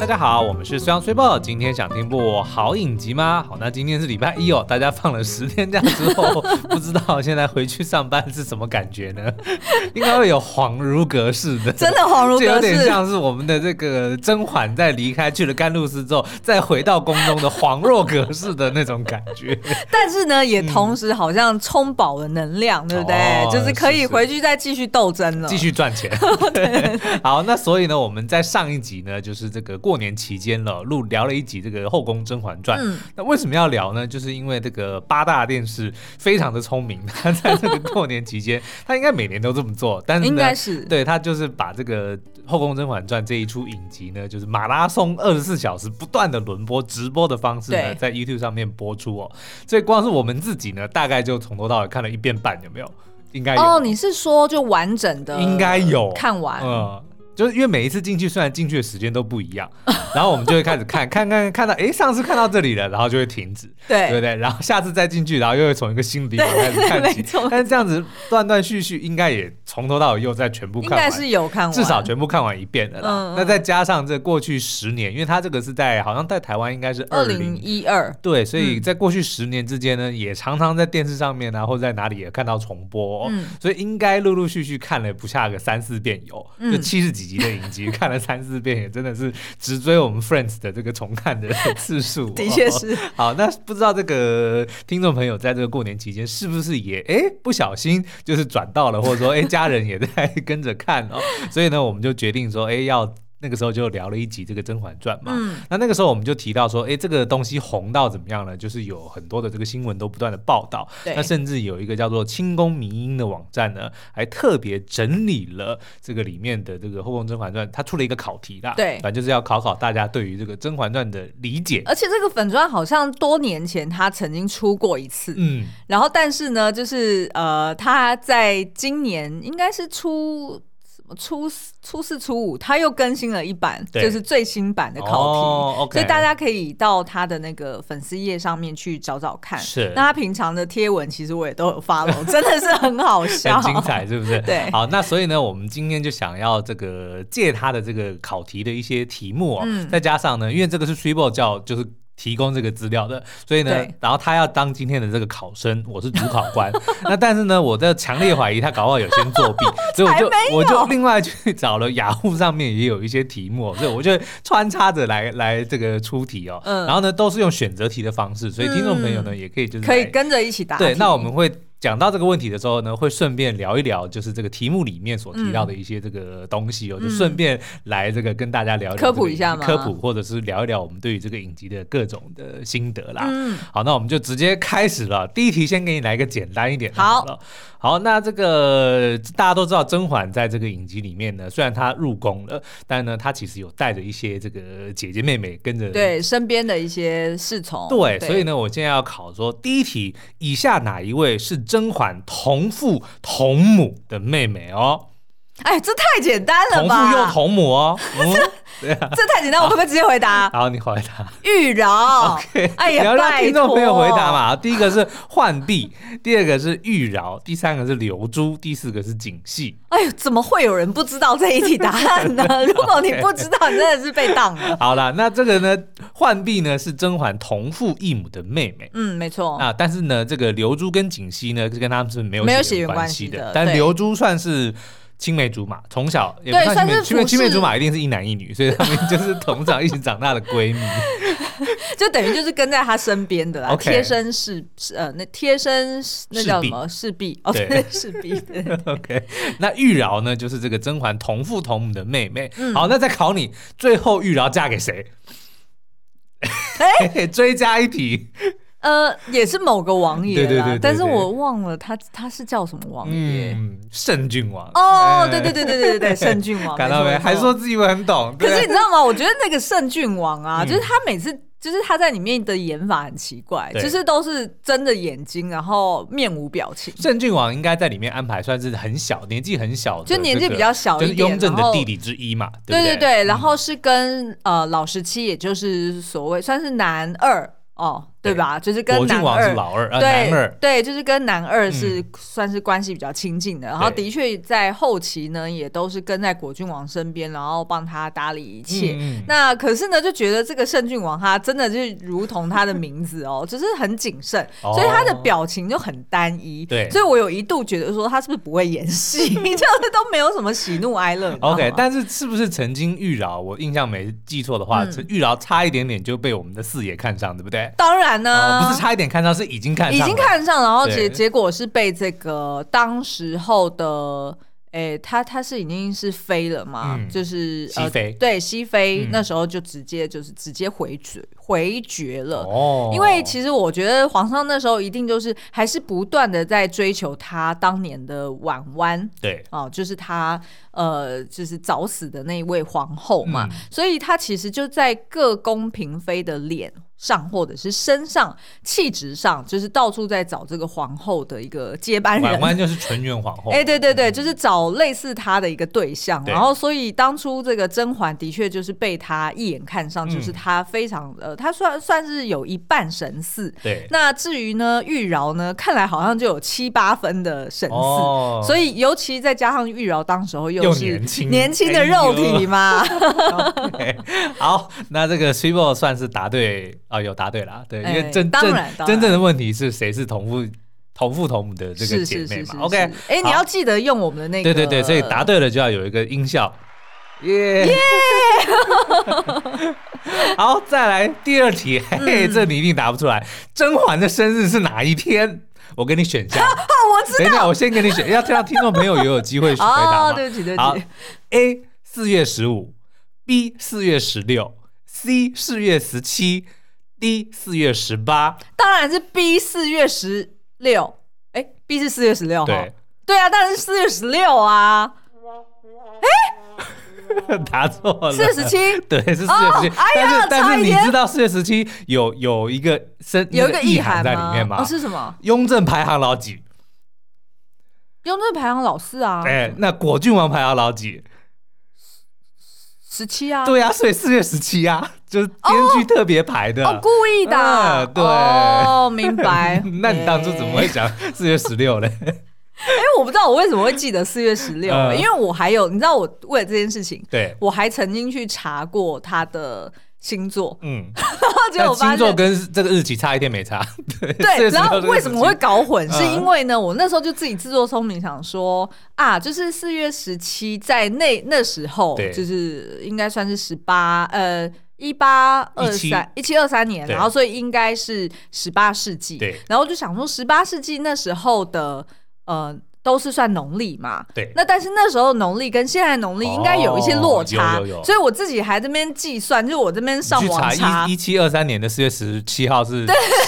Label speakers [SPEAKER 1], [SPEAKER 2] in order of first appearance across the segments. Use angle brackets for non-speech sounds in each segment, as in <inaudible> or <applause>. [SPEAKER 1] 大家好，我们是虽然虽报，今天想听部好影集吗？好，那今天是礼拜一哦，大家放了十天假之后，不知道现在回去上班是什么感觉呢？ <laughs> 应该会有恍如隔世的，
[SPEAKER 2] 真的恍如
[SPEAKER 1] 这有
[SPEAKER 2] 隔
[SPEAKER 1] 点
[SPEAKER 2] 世。
[SPEAKER 1] 像是我们的这个甄嬛在离开去了甘露寺之后，再回到宫中的恍若隔世的那种感觉。
[SPEAKER 2] 但是呢，也同时好像充饱了能量，对不对？
[SPEAKER 1] 哦
[SPEAKER 2] 就是可
[SPEAKER 1] 是
[SPEAKER 2] 以
[SPEAKER 1] 是
[SPEAKER 2] 回去再继续斗争了。
[SPEAKER 1] 继续赚
[SPEAKER 2] <laughs>
[SPEAKER 1] 钱。 <laughs> 对，好，那所以呢，我们在上一集呢，就是这个过年期间了，录聊了一集这个《后宫甄嬛传》
[SPEAKER 2] 嗯
[SPEAKER 1] 那为什么要聊呢？就是因为这个八大电视非常的聪明， <laughs> 他在这个过年期间，他应该每年都这么做，但是
[SPEAKER 2] 应
[SPEAKER 1] 呢
[SPEAKER 2] 该。是
[SPEAKER 1] 对他就是把这个《后宫甄嬛传》这一出影集呢，就是马拉松二十四小时不断的轮播直播的方式呢，
[SPEAKER 2] 对
[SPEAKER 1] 在 YouTube 上面播出哦。所以光是我们自己呢，大概就从头到尾看了一遍半，有没有？应该有
[SPEAKER 2] 哦，你是说就完整的
[SPEAKER 1] 应该有
[SPEAKER 2] 看完？
[SPEAKER 1] 嗯，就是因为每一次进去，虽然进去的时间都不一样， <laughs> 然后我们就会开始看，看看看到，诶，上次看到这里了，然后就会停止，对不
[SPEAKER 2] 对，
[SPEAKER 1] 对？然后下次再进去，然后又会从一个新的地方开始
[SPEAKER 2] <laughs>
[SPEAKER 1] 看
[SPEAKER 2] 没
[SPEAKER 1] 起
[SPEAKER 2] 错。
[SPEAKER 1] 但是这样子断断续续，应该也从头到尾又再全部
[SPEAKER 2] 应
[SPEAKER 1] 看
[SPEAKER 2] 该
[SPEAKER 1] 完。
[SPEAKER 2] 是有看完，
[SPEAKER 1] 至少全部看完一遍的啦
[SPEAKER 2] 嗯。嗯
[SPEAKER 1] 那再加上这过去十年，因为它这个是在好像在台湾应该是
[SPEAKER 2] 二
[SPEAKER 1] 二哦
[SPEAKER 2] 零
[SPEAKER 1] 零
[SPEAKER 2] 一二。
[SPEAKER 1] 对，所
[SPEAKER 2] 嗯
[SPEAKER 1] 以在过去十年之间呢，也常常在电视上面啊，或者在哪里也看到重播哦、
[SPEAKER 2] 嗯
[SPEAKER 1] 所以应该陆陆续续看了不下个三四遍有，
[SPEAKER 2] 嗯
[SPEAKER 1] 就七十几集的影集 <laughs> 看了三四遍，也真的是直追我们 Friends 的这个重看的次数、哦
[SPEAKER 2] <laughs> 的
[SPEAKER 1] <laughs>
[SPEAKER 2] 确。是，
[SPEAKER 1] 好，那不知道这个听众朋友在这个过年期间是不是也哎、诶不小心就是转到了，或者说哎、诶家人也在 <laughs> 跟着看哦，所以呢我们就决定说哎、诶要那个时候就聊了一集这个《甄嬛传》嘛，
[SPEAKER 2] 嗯，
[SPEAKER 1] 那那个时候我们就提到说，哎，这个东西红到怎么样呢？就是有很多的这个新闻都不断的报道，
[SPEAKER 2] 对
[SPEAKER 1] 那甚至有一个叫做“清宫迷音”的网站呢，还特别整理了这个里面的这个《后宫甄嬛传》，它出了一个考题啦，
[SPEAKER 2] 对呃
[SPEAKER 1] 反正就是要考考大家对于这个《甄嬛传》的理解。
[SPEAKER 2] 而且这个粉砖好像多年前他曾经出过一次，
[SPEAKER 1] 嗯，
[SPEAKER 2] 然后但是呢，就是呃，他在今年应该是初什么初四初四初五，他又更新了一版，
[SPEAKER 1] 对
[SPEAKER 2] 就是最新版的考题。
[SPEAKER 1] 哦，OK
[SPEAKER 2] 所以大家可以到他的那个粉丝页上面去找找看。
[SPEAKER 1] 是
[SPEAKER 2] 那他平常的贴文其实我也都
[SPEAKER 1] <laughs>
[SPEAKER 2] 有 follow，真的是很好笑，
[SPEAKER 1] 很精。彩，是不是？
[SPEAKER 2] <laughs> 对
[SPEAKER 1] 好，那所以呢，我们今天就想要这个借他的这个考题的一些题目哦，
[SPEAKER 2] 嗯
[SPEAKER 1] 再加上呢，因为这个是 Triple 教，就是。提供这个资料的，所以呢
[SPEAKER 2] 对，
[SPEAKER 1] 然后他要当今天的这个考生，我是主考官。 <laughs> 那但是呢，我的强烈怀疑他搞不好有先作
[SPEAKER 2] <laughs>
[SPEAKER 1] 弊，所以我就我就另外去找了雅虎上面也有一些题目哦，所以我就穿插着来来这个出题哦。
[SPEAKER 2] 嗯
[SPEAKER 1] 然后呢，都是用选择题的方式，所以听众朋友呢、也可以就是
[SPEAKER 2] 可以
[SPEAKER 1] 来
[SPEAKER 2] 跟着一起答题。
[SPEAKER 1] 对，那我们会讲到这个问题的时候呢，会顺便聊一聊，就是这个题目里面所提到的一些这个东西哦，就顺便来这个跟大家聊一聊
[SPEAKER 2] 嗯科普
[SPEAKER 1] 这个
[SPEAKER 2] 一下吗
[SPEAKER 1] 科普或者是聊一聊我们对于这个影集的各种的心得啦。
[SPEAKER 2] 嗯
[SPEAKER 1] 好，那我们就直接开始了。第一题先给你来一个简单一点的
[SPEAKER 2] 好
[SPEAKER 1] 了。好，那这个大家都知道，甄嬛在这个影集里面呢，虽然她入宫了，但呢，她其实有带着一些这个姐姐妹妹跟着
[SPEAKER 2] 对身边的一些侍从，
[SPEAKER 1] 对，所以，呢，我现在要考说，第一题，以下哪一位是甄嬛同父同母的妹妹哦？
[SPEAKER 2] 哎，这太简单了
[SPEAKER 1] 同父又
[SPEAKER 2] 吧？
[SPEAKER 1] 同母哦。嗯， <laughs> 对啊。
[SPEAKER 2] 这太简单，我可不可以直接回
[SPEAKER 1] <laughs>
[SPEAKER 2] 答？
[SPEAKER 1] 好，你回答。
[SPEAKER 2] 玉柔
[SPEAKER 1] OK，
[SPEAKER 2] <laughs> 哎
[SPEAKER 1] 你
[SPEAKER 2] 呀，
[SPEAKER 1] 要让
[SPEAKER 2] 拜
[SPEAKER 1] 听众朋友
[SPEAKER 2] 托
[SPEAKER 1] 回答。嘛。第一个是浣碧，第二个是玉娆，第三个是流珠，第四个是景系。
[SPEAKER 2] 哎呦，怎么会有人不知道这一题答案
[SPEAKER 1] <laughs>
[SPEAKER 2] 呢？
[SPEAKER 1] 啊
[SPEAKER 2] 如果你不知道，你真的是被当了。
[SPEAKER 1] 好啦，那这个呢，浣碧呢是甄嬛同父异母的妹妹。
[SPEAKER 2] 嗯，没错，
[SPEAKER 1] 啊，但是呢，这个流珠跟锦汐呢，是跟他们是没有
[SPEAKER 2] 没有
[SPEAKER 1] 血
[SPEAKER 2] 血
[SPEAKER 1] 缘
[SPEAKER 2] 缘
[SPEAKER 1] 关
[SPEAKER 2] 关
[SPEAKER 1] 系
[SPEAKER 2] 系
[SPEAKER 1] 的
[SPEAKER 2] 的，
[SPEAKER 1] 但
[SPEAKER 2] 对
[SPEAKER 1] 流珠算是。青梅竹马，从小也不
[SPEAKER 2] 对
[SPEAKER 1] 算青梅，
[SPEAKER 2] 算是
[SPEAKER 1] 青梅
[SPEAKER 2] 服
[SPEAKER 1] 青梅
[SPEAKER 2] 侍
[SPEAKER 1] 竹马一定是一男一女，所以他们就是从小一起长大的闺蜜。 <laughs>
[SPEAKER 2] 就等于就是跟在他身边的啦，
[SPEAKER 1] OK
[SPEAKER 2] 贴身侍侍呃，那贴身那叫什么侍婢哦，
[SPEAKER 1] 对
[SPEAKER 2] 对，
[SPEAKER 1] <laughs>
[SPEAKER 2] 侍婢。对
[SPEAKER 1] OK，那玉娆呢，就是这个甄嬛同父同母的妹妹。
[SPEAKER 2] 嗯
[SPEAKER 1] 好，那再考你，最后玉娆嫁给谁？<laughs>
[SPEAKER 2] 哎
[SPEAKER 1] 追加一题，
[SPEAKER 2] 呃，也是某个王爷
[SPEAKER 1] 对对对对
[SPEAKER 2] 啦
[SPEAKER 1] 对，
[SPEAKER 2] 但是我忘了他他是叫什么王爷。
[SPEAKER 1] 嗯，慎郡王。
[SPEAKER 2] 哦，
[SPEAKER 1] 哎
[SPEAKER 2] 对对，对对对对
[SPEAKER 1] <laughs>
[SPEAKER 2] 对，圣郡王，
[SPEAKER 1] 看到
[SPEAKER 2] 没
[SPEAKER 1] 没？
[SPEAKER 2] 错
[SPEAKER 1] 还说。自己很懂，
[SPEAKER 2] 可是
[SPEAKER 1] 对
[SPEAKER 2] 你知道吗？我觉得那个圣郡王啊，
[SPEAKER 1] 嗯
[SPEAKER 2] 就是他每次。就是他在里面的演法很奇怪，
[SPEAKER 1] 对
[SPEAKER 2] 就是都是睁着眼睛，然后面无表情，
[SPEAKER 1] 郑郡王应该在里面安排算是很小，年纪很小的这
[SPEAKER 2] 就
[SPEAKER 1] 个，
[SPEAKER 2] 年纪比较小
[SPEAKER 1] 就
[SPEAKER 2] 一
[SPEAKER 1] 是
[SPEAKER 2] 点。
[SPEAKER 1] 雍正
[SPEAKER 2] 然
[SPEAKER 1] 的
[SPEAKER 2] 后
[SPEAKER 1] 弟弟之一嘛，
[SPEAKER 2] 对
[SPEAKER 1] 不
[SPEAKER 2] 对
[SPEAKER 1] 对嗯
[SPEAKER 2] 对，然后是跟呃老十七，也就是所谓算是男二哦，对吧？就是跟
[SPEAKER 1] 国
[SPEAKER 2] 男
[SPEAKER 1] 靖王是
[SPEAKER 2] 二。
[SPEAKER 1] 老二，呃，
[SPEAKER 2] 对
[SPEAKER 1] 男二，
[SPEAKER 2] 对，就是跟男二是
[SPEAKER 1] 嗯
[SPEAKER 2] 算是关系比较亲近的，然后
[SPEAKER 1] 对
[SPEAKER 2] 的确在后期呢，也都是跟在果郡王身边，然后帮他打理一切。
[SPEAKER 1] 嗯嗯
[SPEAKER 2] 那可是呢，就觉得这个圣郡王他真的就是如同他的名字哦，只是很谨慎，
[SPEAKER 1] 哦
[SPEAKER 2] 所以他的表情就很单一。
[SPEAKER 1] 对
[SPEAKER 2] 所以我有一度觉得说他是不是不会演
[SPEAKER 1] <laughs>
[SPEAKER 2] 戏，就是都没有什么喜怒哀乐。你知道
[SPEAKER 1] 哦
[SPEAKER 2] 吗
[SPEAKER 1] OK，但是是不是曾经玉娆？我印象没记错的话，
[SPEAKER 2] 嗯
[SPEAKER 1] 玉娆差一点点就被我们的四爷看上，对不对？
[SPEAKER 2] 当然
[SPEAKER 1] 哦
[SPEAKER 2] 呢，
[SPEAKER 1] 不是差一点看上，是已经看
[SPEAKER 2] 呃已
[SPEAKER 1] 上，
[SPEAKER 2] 经。看上，然后结
[SPEAKER 1] 对
[SPEAKER 2] 结果是被这个当时候的。诶，他他是已经是飞了嘛？
[SPEAKER 1] 嗯
[SPEAKER 2] 就是呃
[SPEAKER 1] 熹妃
[SPEAKER 2] 对熹妃、
[SPEAKER 1] 嗯
[SPEAKER 2] 那时候就直接就是直接回绝回绝了。
[SPEAKER 1] 哦，
[SPEAKER 2] 因为其实我觉得皇上那时候一定就是还是不断的在追求他当年的婉婉
[SPEAKER 1] 对，
[SPEAKER 2] 哦，就是他呃就是早死的那一位皇后嘛，
[SPEAKER 1] 嗯
[SPEAKER 2] 所以他其实就在各宫嫔妃的脸。上或者是身上气质上，就是到处在找这个皇后的一个接班人
[SPEAKER 1] 婉。婉就是纯元皇后。
[SPEAKER 2] 哎、对对对，就是找类似他的一个对象，
[SPEAKER 1] 嗯对
[SPEAKER 2] 然后所以当初这个甄嬛的确就是被他一眼看上，
[SPEAKER 1] 嗯
[SPEAKER 2] 就是他非常呃，他算算是有一半神似。
[SPEAKER 1] 对，
[SPEAKER 2] 那至于呢，玉娆呢，看来好像就有七八分的神似。
[SPEAKER 1] 哦
[SPEAKER 2] 所以，尤其再加上玉娆当时候
[SPEAKER 1] 又
[SPEAKER 2] 是
[SPEAKER 1] 年轻哎
[SPEAKER 2] 年轻的肉体嘛，
[SPEAKER 1] 以
[SPEAKER 2] <laughs>
[SPEAKER 1] 好，那这个 s i b o 算是答对啊、有答对啦。对，因为
[SPEAKER 2] 哎
[SPEAKER 1] 真
[SPEAKER 2] 当
[SPEAKER 1] 正
[SPEAKER 2] 然当然
[SPEAKER 1] 真正的问题是谁是同父同父同母的 <laughs> 这个
[SPEAKER 2] 是
[SPEAKER 1] 姐
[SPEAKER 2] 是
[SPEAKER 1] 妹
[SPEAKER 2] 是是
[SPEAKER 1] 嘛
[SPEAKER 2] 是。
[SPEAKER 1] ？OK，
[SPEAKER 2] 哎，你
[SPEAKER 1] 好
[SPEAKER 2] 要记得用我们的那个，
[SPEAKER 1] 对对对，所以答对了就要有一个音效，耶耶！ <laughs> 好，再来第二题，嘿，
[SPEAKER 2] 嗯
[SPEAKER 1] 这你一定答不出来。甄嬛的生日是哪一天？我给你选
[SPEAKER 2] <laughs>
[SPEAKER 1] 项。我知道。等一下，我先给你选，要让听众朋友也有机
[SPEAKER 2] <laughs>
[SPEAKER 1] 会回答
[SPEAKER 2] 哦，
[SPEAKER 1] 嘛。
[SPEAKER 2] 对不起对不
[SPEAKER 1] 好
[SPEAKER 2] 起，
[SPEAKER 1] ，A 四月十五，B 四月十六，C 四月十七，D 四月十八。
[SPEAKER 2] 当然是 B 四月十六，哎，B 是四月十六号
[SPEAKER 1] 对，
[SPEAKER 2] 对啊，当然是四月十六
[SPEAKER 1] <laughs>
[SPEAKER 2] 啊，
[SPEAKER 1] 答错了。
[SPEAKER 2] 四月十七，
[SPEAKER 1] <laughs> 对，是四月
[SPEAKER 2] 哦
[SPEAKER 1] 十七、
[SPEAKER 2] 哎
[SPEAKER 1] 但
[SPEAKER 2] 呀
[SPEAKER 1] 是但
[SPEAKER 2] 差
[SPEAKER 1] 是
[SPEAKER 2] 一
[SPEAKER 1] 你
[SPEAKER 2] 天
[SPEAKER 1] 知道四月十七有有一个深
[SPEAKER 2] 有一
[SPEAKER 1] 那
[SPEAKER 2] 个
[SPEAKER 1] 意
[SPEAKER 2] 涵
[SPEAKER 1] 在里面吗？
[SPEAKER 2] 哦，是什么？
[SPEAKER 1] 雍正排行老几？
[SPEAKER 2] 雍正排行老四啊，
[SPEAKER 1] 哎、那果郡王排行老几？
[SPEAKER 2] 十七啊，
[SPEAKER 1] 对呀、所以四月十七啊，就是编剧特别排的。
[SPEAKER 2] 哦哦，故意的啊，
[SPEAKER 1] 嗯对
[SPEAKER 2] 哦，明白。
[SPEAKER 1] <laughs> 那你当初怎么会
[SPEAKER 2] 哎？
[SPEAKER 1] 想四月十六嘞？ <laughs>
[SPEAKER 2] 哎， <laughs> 我不知道我为什么会记得四月十六，欸
[SPEAKER 1] 嗯
[SPEAKER 2] 因为我还有，你知道，我为了这件事情，
[SPEAKER 1] 对，
[SPEAKER 2] 我还曾经去查过他的星座， <laughs>
[SPEAKER 1] 嗯，
[SPEAKER 2] 然后
[SPEAKER 1] <laughs>
[SPEAKER 2] 结
[SPEAKER 1] 但
[SPEAKER 2] 果发
[SPEAKER 1] 星座
[SPEAKER 2] 现。
[SPEAKER 1] 跟这个日期差一天没差。 <laughs> 对，4
[SPEAKER 2] 对，
[SPEAKER 1] 月
[SPEAKER 2] 然后
[SPEAKER 1] 16
[SPEAKER 2] 为什么会？搞混？
[SPEAKER 1] 嗯
[SPEAKER 2] 是因为呢，我那时候就自己自作聪明，想说啊，就是四月十七，在那那时候
[SPEAKER 1] 对，
[SPEAKER 2] 就是应该算是十八，呃，一八二三一七二三年，
[SPEAKER 1] 对
[SPEAKER 2] 然后所以应该是十八世纪。
[SPEAKER 1] 对，
[SPEAKER 2] 然后就想说十八世纪那时候的呃。都是算农历嘛，
[SPEAKER 1] 对
[SPEAKER 2] 那但是那时候农历跟现在农历应该有一些落差，
[SPEAKER 1] 哦有有有
[SPEAKER 2] 所以我自己还这边计算，就是我这边上
[SPEAKER 1] 你去
[SPEAKER 2] 网
[SPEAKER 1] 查一一七二三年的四月十七号是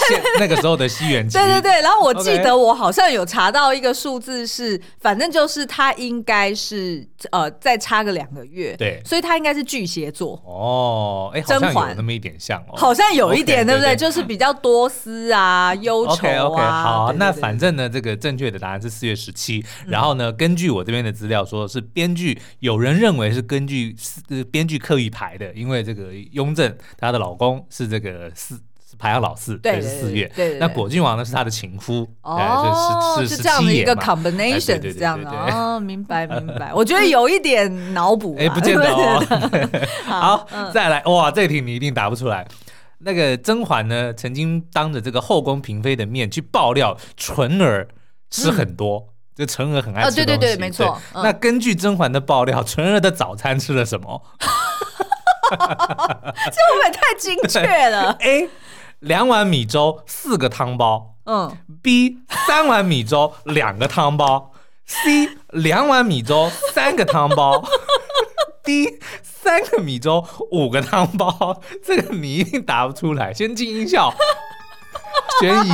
[SPEAKER 1] 现那个时候的西
[SPEAKER 2] <laughs>
[SPEAKER 1] 元期。
[SPEAKER 2] 对对对，然后我记
[SPEAKER 1] OK
[SPEAKER 2] 得我好像有查到一个数字是，反正就是它应该是呃再差个两个月，
[SPEAKER 1] 对
[SPEAKER 2] 所以它应该是巨蟹座，
[SPEAKER 1] 哦，哎、好
[SPEAKER 2] 甄
[SPEAKER 1] 像
[SPEAKER 2] 嬛
[SPEAKER 1] 有那么一点像哦。
[SPEAKER 2] 好像有一点
[SPEAKER 1] OK，
[SPEAKER 2] 对不
[SPEAKER 1] 对对
[SPEAKER 2] 就是比较多思啊、忧愁
[SPEAKER 1] OK
[SPEAKER 2] 啊。
[SPEAKER 1] OK，好，
[SPEAKER 2] 对对
[SPEAKER 1] 那
[SPEAKER 2] 对嗯
[SPEAKER 1] 反正呢，这个正确的答案是四月十七、然后呢，根据我这边的资料说，是编剧有人认为是根据四呃编剧刻意排的，因为这个雍正她的老公是这个四是排行老四，所
[SPEAKER 2] 对
[SPEAKER 1] 以是四月。
[SPEAKER 2] 对对对对
[SPEAKER 1] 那果郡王呢是他的情夫，哎
[SPEAKER 2] 哦，
[SPEAKER 1] 对，是是
[SPEAKER 2] 就是这样
[SPEAKER 1] 17
[SPEAKER 2] 的一
[SPEAKER 1] 爷
[SPEAKER 2] 个
[SPEAKER 1] 嘛
[SPEAKER 2] combination，、
[SPEAKER 1] 哎对对对对
[SPEAKER 2] 这样的
[SPEAKER 1] 对
[SPEAKER 2] 哦，明白明白。我觉得有一点脑补、
[SPEAKER 1] <laughs>
[SPEAKER 2] 啊，
[SPEAKER 1] 哎、不见得哦。
[SPEAKER 2] <laughs>
[SPEAKER 1] <laughs> 好，
[SPEAKER 2] 嗯
[SPEAKER 1] 再来哇，这题你一定答不出来。那个甄嬛呢，曾经当着这个后宫嫔妃的面去爆料纯儿吃很多，就纯儿很爱
[SPEAKER 2] 嗯哦
[SPEAKER 1] 吃
[SPEAKER 2] 对对
[SPEAKER 1] 东
[SPEAKER 2] 对
[SPEAKER 1] 西
[SPEAKER 2] 没错嗯
[SPEAKER 1] 那根据甄嬛的爆料，纯儿的早餐吃了什么？
[SPEAKER 2] 这会不会太精确了
[SPEAKER 1] ？A. 两碗米粥，四个汤包
[SPEAKER 2] 嗯，
[SPEAKER 1] ；B. 三碗米粥，两个汤包；C. 两碗米粥，三个汤包。D 三个米粥，五个汤包，这个你一定答不出来。先进音效，悬疑。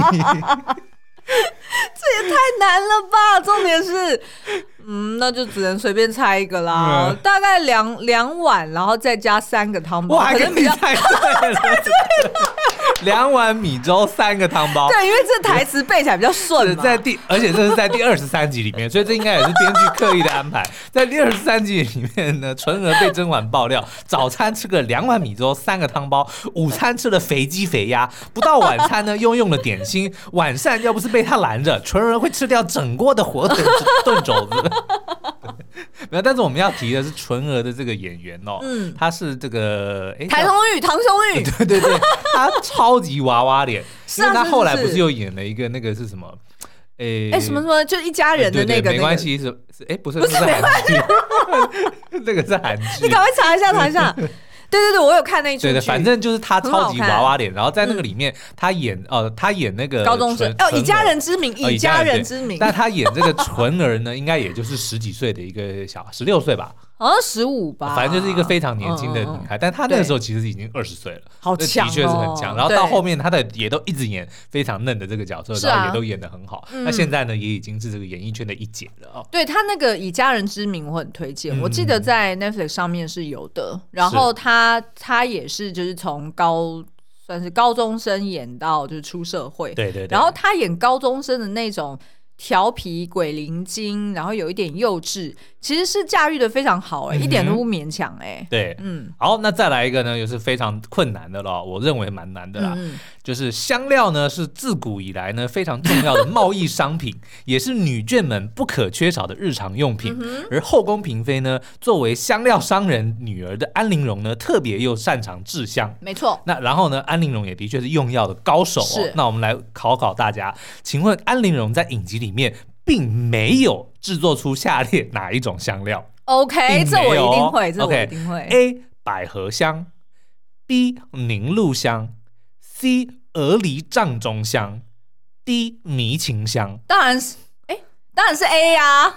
[SPEAKER 2] 这也太难了吧！重点是，嗯，那就只能随便猜一个啦，
[SPEAKER 1] 嗯
[SPEAKER 2] 大概两两碗，然后再加三个汤包，
[SPEAKER 1] 我还
[SPEAKER 2] 可
[SPEAKER 1] 跟
[SPEAKER 2] 能
[SPEAKER 1] 你
[SPEAKER 2] 比较
[SPEAKER 1] 猜对了， <laughs> 两碗米粥，三个汤包。
[SPEAKER 2] 对，因为这台词背起来比较顺
[SPEAKER 1] 是 <laughs>
[SPEAKER 2] 嘛。
[SPEAKER 1] 在第，而且这是在第二十三集里面，所以这应该也是编剧刻意的安
[SPEAKER 2] <laughs>
[SPEAKER 1] 排。在第二十三集里面呢，纯儿被甄嬛爆料，早餐吃个两碗米粥，三个汤包；午餐吃了肥鸡肥鸭，不到晚餐呢又用了点心，晚膳要不是被他拦着，纯儿会吃掉整锅的火腿 <laughs> 炖肘子。
[SPEAKER 2] 嗯
[SPEAKER 1] 没有，但是我们要提的是纯儿的这个演员哦，
[SPEAKER 2] 嗯
[SPEAKER 1] 他是这个诶
[SPEAKER 2] 谭
[SPEAKER 1] 叫
[SPEAKER 2] 松玉，唐松玉，
[SPEAKER 1] 对 <laughs> 对对，他超级娃娃脸，
[SPEAKER 2] <laughs> 是
[SPEAKER 1] 因
[SPEAKER 2] 啊
[SPEAKER 1] 为他
[SPEAKER 2] 是
[SPEAKER 1] 后来
[SPEAKER 2] 是
[SPEAKER 1] 不是
[SPEAKER 2] 是
[SPEAKER 1] 又演了一个那个是什么？诶、
[SPEAKER 2] 哎，什么什么，就一家
[SPEAKER 1] 哎
[SPEAKER 2] 人
[SPEAKER 1] 对
[SPEAKER 2] 的
[SPEAKER 1] 对
[SPEAKER 2] 那个，
[SPEAKER 1] 没
[SPEAKER 2] 那
[SPEAKER 1] 关
[SPEAKER 2] 个。
[SPEAKER 1] 系，是是哎、不是
[SPEAKER 2] 不
[SPEAKER 1] 不
[SPEAKER 2] 是
[SPEAKER 1] 是韩剧， <laughs> 那个是韩
[SPEAKER 2] 你
[SPEAKER 1] 剧
[SPEAKER 2] 赶。快查一下，查一下。对对对，我有看那一出
[SPEAKER 1] 对
[SPEAKER 2] 剧
[SPEAKER 1] 的，，反正就是他
[SPEAKER 2] 很好
[SPEAKER 1] 超级
[SPEAKER 2] 看嗯
[SPEAKER 1] 娃娃脸，然后在那个里面，他演呃，他演那个
[SPEAKER 2] 高中生
[SPEAKER 1] 呃纯
[SPEAKER 2] 哦，以家。
[SPEAKER 1] 纯儿
[SPEAKER 2] 人之名，
[SPEAKER 1] 哦
[SPEAKER 2] 以家人
[SPEAKER 1] 对
[SPEAKER 2] 之名，
[SPEAKER 1] 但他演这个纯儿呢，应该也就是十几岁的一个小，十六岁吧，
[SPEAKER 2] 好像十五吧，
[SPEAKER 1] 反正就是一个非常年轻的
[SPEAKER 2] 啊嗯嗯嗯
[SPEAKER 1] 女孩。但她那个时候其实已经二十岁了，
[SPEAKER 2] 好
[SPEAKER 1] 这
[SPEAKER 2] 强，哦
[SPEAKER 1] 的确是很强。然后
[SPEAKER 2] 对
[SPEAKER 1] 到后面他的也都一直演非常嫩的这个角色，
[SPEAKER 2] 是啊
[SPEAKER 1] 然后也都演得很好。
[SPEAKER 2] 嗯
[SPEAKER 1] 那现在呢，也已经是这个演艺圈的一姐了哦。
[SPEAKER 2] 对他那个以家人之名，我很推荐。
[SPEAKER 1] 嗯
[SPEAKER 2] 我记得在 Netflix 上面是有的。然后他他也是就是从高算是高中生演到就是出社会，
[SPEAKER 1] 对对对。
[SPEAKER 2] 然后他演高中生的那种调皮鬼灵精，然后有一点幼稚，其实是驾驭的非常好、哎、
[SPEAKER 1] 嗯哼
[SPEAKER 2] 一点都不勉强、哎，
[SPEAKER 1] 对，
[SPEAKER 2] 嗯，
[SPEAKER 1] 好，那再来一个呢，也是非常困难的了，我认为蛮难的啦。
[SPEAKER 2] 嗯嗯
[SPEAKER 1] 就是香料呢，是自古以来呢非常重要的贸易商品， <laughs> 也是女眷们不可缺少的日常用品。
[SPEAKER 2] 嗯
[SPEAKER 1] 而后宫嫔妃呢，作为香料商人女儿的安陵容呢，特别又擅长制香。
[SPEAKER 2] 没错，
[SPEAKER 1] 那然后呢？安陵容也的确是用药的高手哦
[SPEAKER 2] 是。
[SPEAKER 1] 那我们来考考大家，请问安陵容在影集里面并没有制作出下列哪一种香料？
[SPEAKER 2] OK，
[SPEAKER 1] 并
[SPEAKER 2] 这
[SPEAKER 1] 没
[SPEAKER 2] 我
[SPEAKER 1] 有
[SPEAKER 2] 一定
[SPEAKER 1] 哦
[SPEAKER 2] 会，这我
[SPEAKER 1] OK
[SPEAKER 2] 一定会。
[SPEAKER 1] A 百合香，B 凝露香，C 鹅梨帐中香，D 迷情
[SPEAKER 2] <laughs>
[SPEAKER 1] 香。
[SPEAKER 2] 当然是，哎、当然是 A 呀、啊，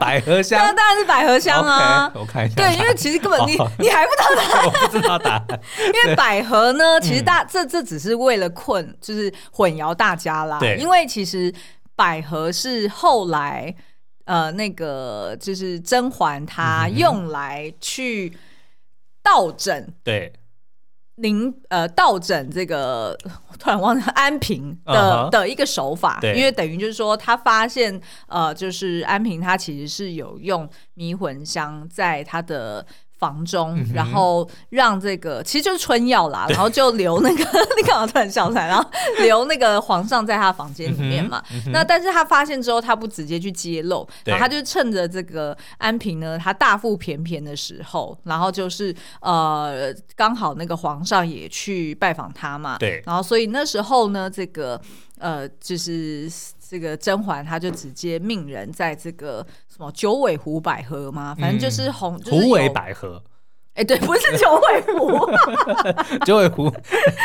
[SPEAKER 1] 百合
[SPEAKER 2] 当
[SPEAKER 1] 香
[SPEAKER 2] 然，当然是百合香啊。
[SPEAKER 1] OK，我看一下答
[SPEAKER 2] 对，
[SPEAKER 1] 案。
[SPEAKER 2] 因为其实根本你
[SPEAKER 1] 哦
[SPEAKER 2] 你还不知道，
[SPEAKER 1] 我不知道答案。
[SPEAKER 2] 因为百合
[SPEAKER 1] 嗯
[SPEAKER 2] 呢，其实大这这只是为了困，就是混淆大家啦。
[SPEAKER 1] 对
[SPEAKER 2] 因为其实百合是后来呃那个就是甄嬛她
[SPEAKER 1] 嗯哼
[SPEAKER 2] 用来去倒整
[SPEAKER 1] <laughs> 对，
[SPEAKER 2] 您呃倒整这个，我突然忘了安平的、
[SPEAKER 1] 嗯哼
[SPEAKER 2] 的一个手法，
[SPEAKER 1] 对
[SPEAKER 2] 因为等于就是说，他发现呃，就是安平他其实是有用迷魂香在他的。房中，
[SPEAKER 1] 嗯哼
[SPEAKER 2] 然后让这个其实就是春药啦，然后就留那个， <laughs> 你干嘛突然笑出来？然后留那个皇上在他房间里
[SPEAKER 1] 嗯
[SPEAKER 2] 面嘛。那但是他发现之后，他不直接去揭露，
[SPEAKER 1] 对
[SPEAKER 2] 然后他就趁着这个安平呢，他大腹便便的时候，然后就是呃，刚好那个皇上也去拜访他嘛，
[SPEAKER 1] 对
[SPEAKER 2] 然后所以那时候呢，这个呃，就是这个甄嬛，她就直接命人在这个什么九尾湖百合嘛，反正就是红， <laughs> 就是有
[SPEAKER 1] 虎嗯尾，百合，
[SPEAKER 2] 哎，对，不是九
[SPEAKER 1] <laughs>
[SPEAKER 2] 尾湖，
[SPEAKER 1] 九尾
[SPEAKER 2] <laughs>
[SPEAKER 1] 狐，